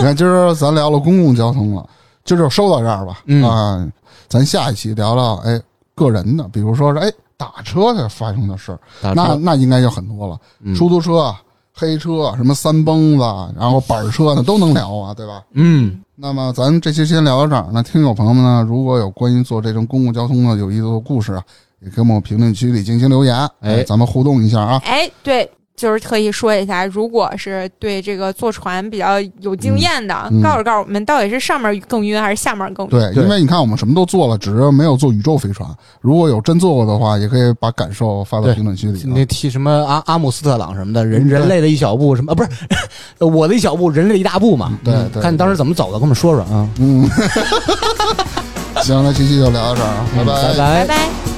Speaker 1: 你看今儿咱聊了公共交通了，今儿就收到这儿吧。
Speaker 3: 嗯
Speaker 1: 啊，咱下一期聊聊哎个人的，比如说是哎打车的发生的事儿，那那应该就很多了，
Speaker 3: 嗯
Speaker 1: 出租车、黑车、什么三蹦子，然后板车呢都能聊啊，对吧？
Speaker 3: 嗯，
Speaker 1: 那么咱们这期先聊到这儿。那听友朋友们呢，如果有关于坐这种公共交通的有意思的故事啊，也给我们评论区里进行留言，
Speaker 3: 哎
Speaker 1: 咱们互动一下啊。
Speaker 2: [LAUGHS] 哎，对，就是特意说一下，如果是对这个坐船比较有经验的，
Speaker 1: 嗯嗯
Speaker 2: 告诉告诉我们到底是上面更晕还是下面更晕。
Speaker 1: 对，
Speaker 3: 对
Speaker 1: 因为你看我们什么都做了，只是没有做宇宙飞船。如果有真做过的话，也可以把感受发到
Speaker 3: 对
Speaker 1: 评论区里啊。
Speaker 3: 那提什么阿阿姆斯特朗什么的，人
Speaker 1: 嗯对
Speaker 3: 人类的一小步什么啊？不是 [LAUGHS] 我的一小步，人类一大步嘛。嗯
Speaker 1: 对对
Speaker 3: 看你当时怎么走的，跟我们说说啊。
Speaker 1: 嗯，行，那这期就聊到这儿啊，拜
Speaker 2: 拜
Speaker 3: 拜
Speaker 2: 拜。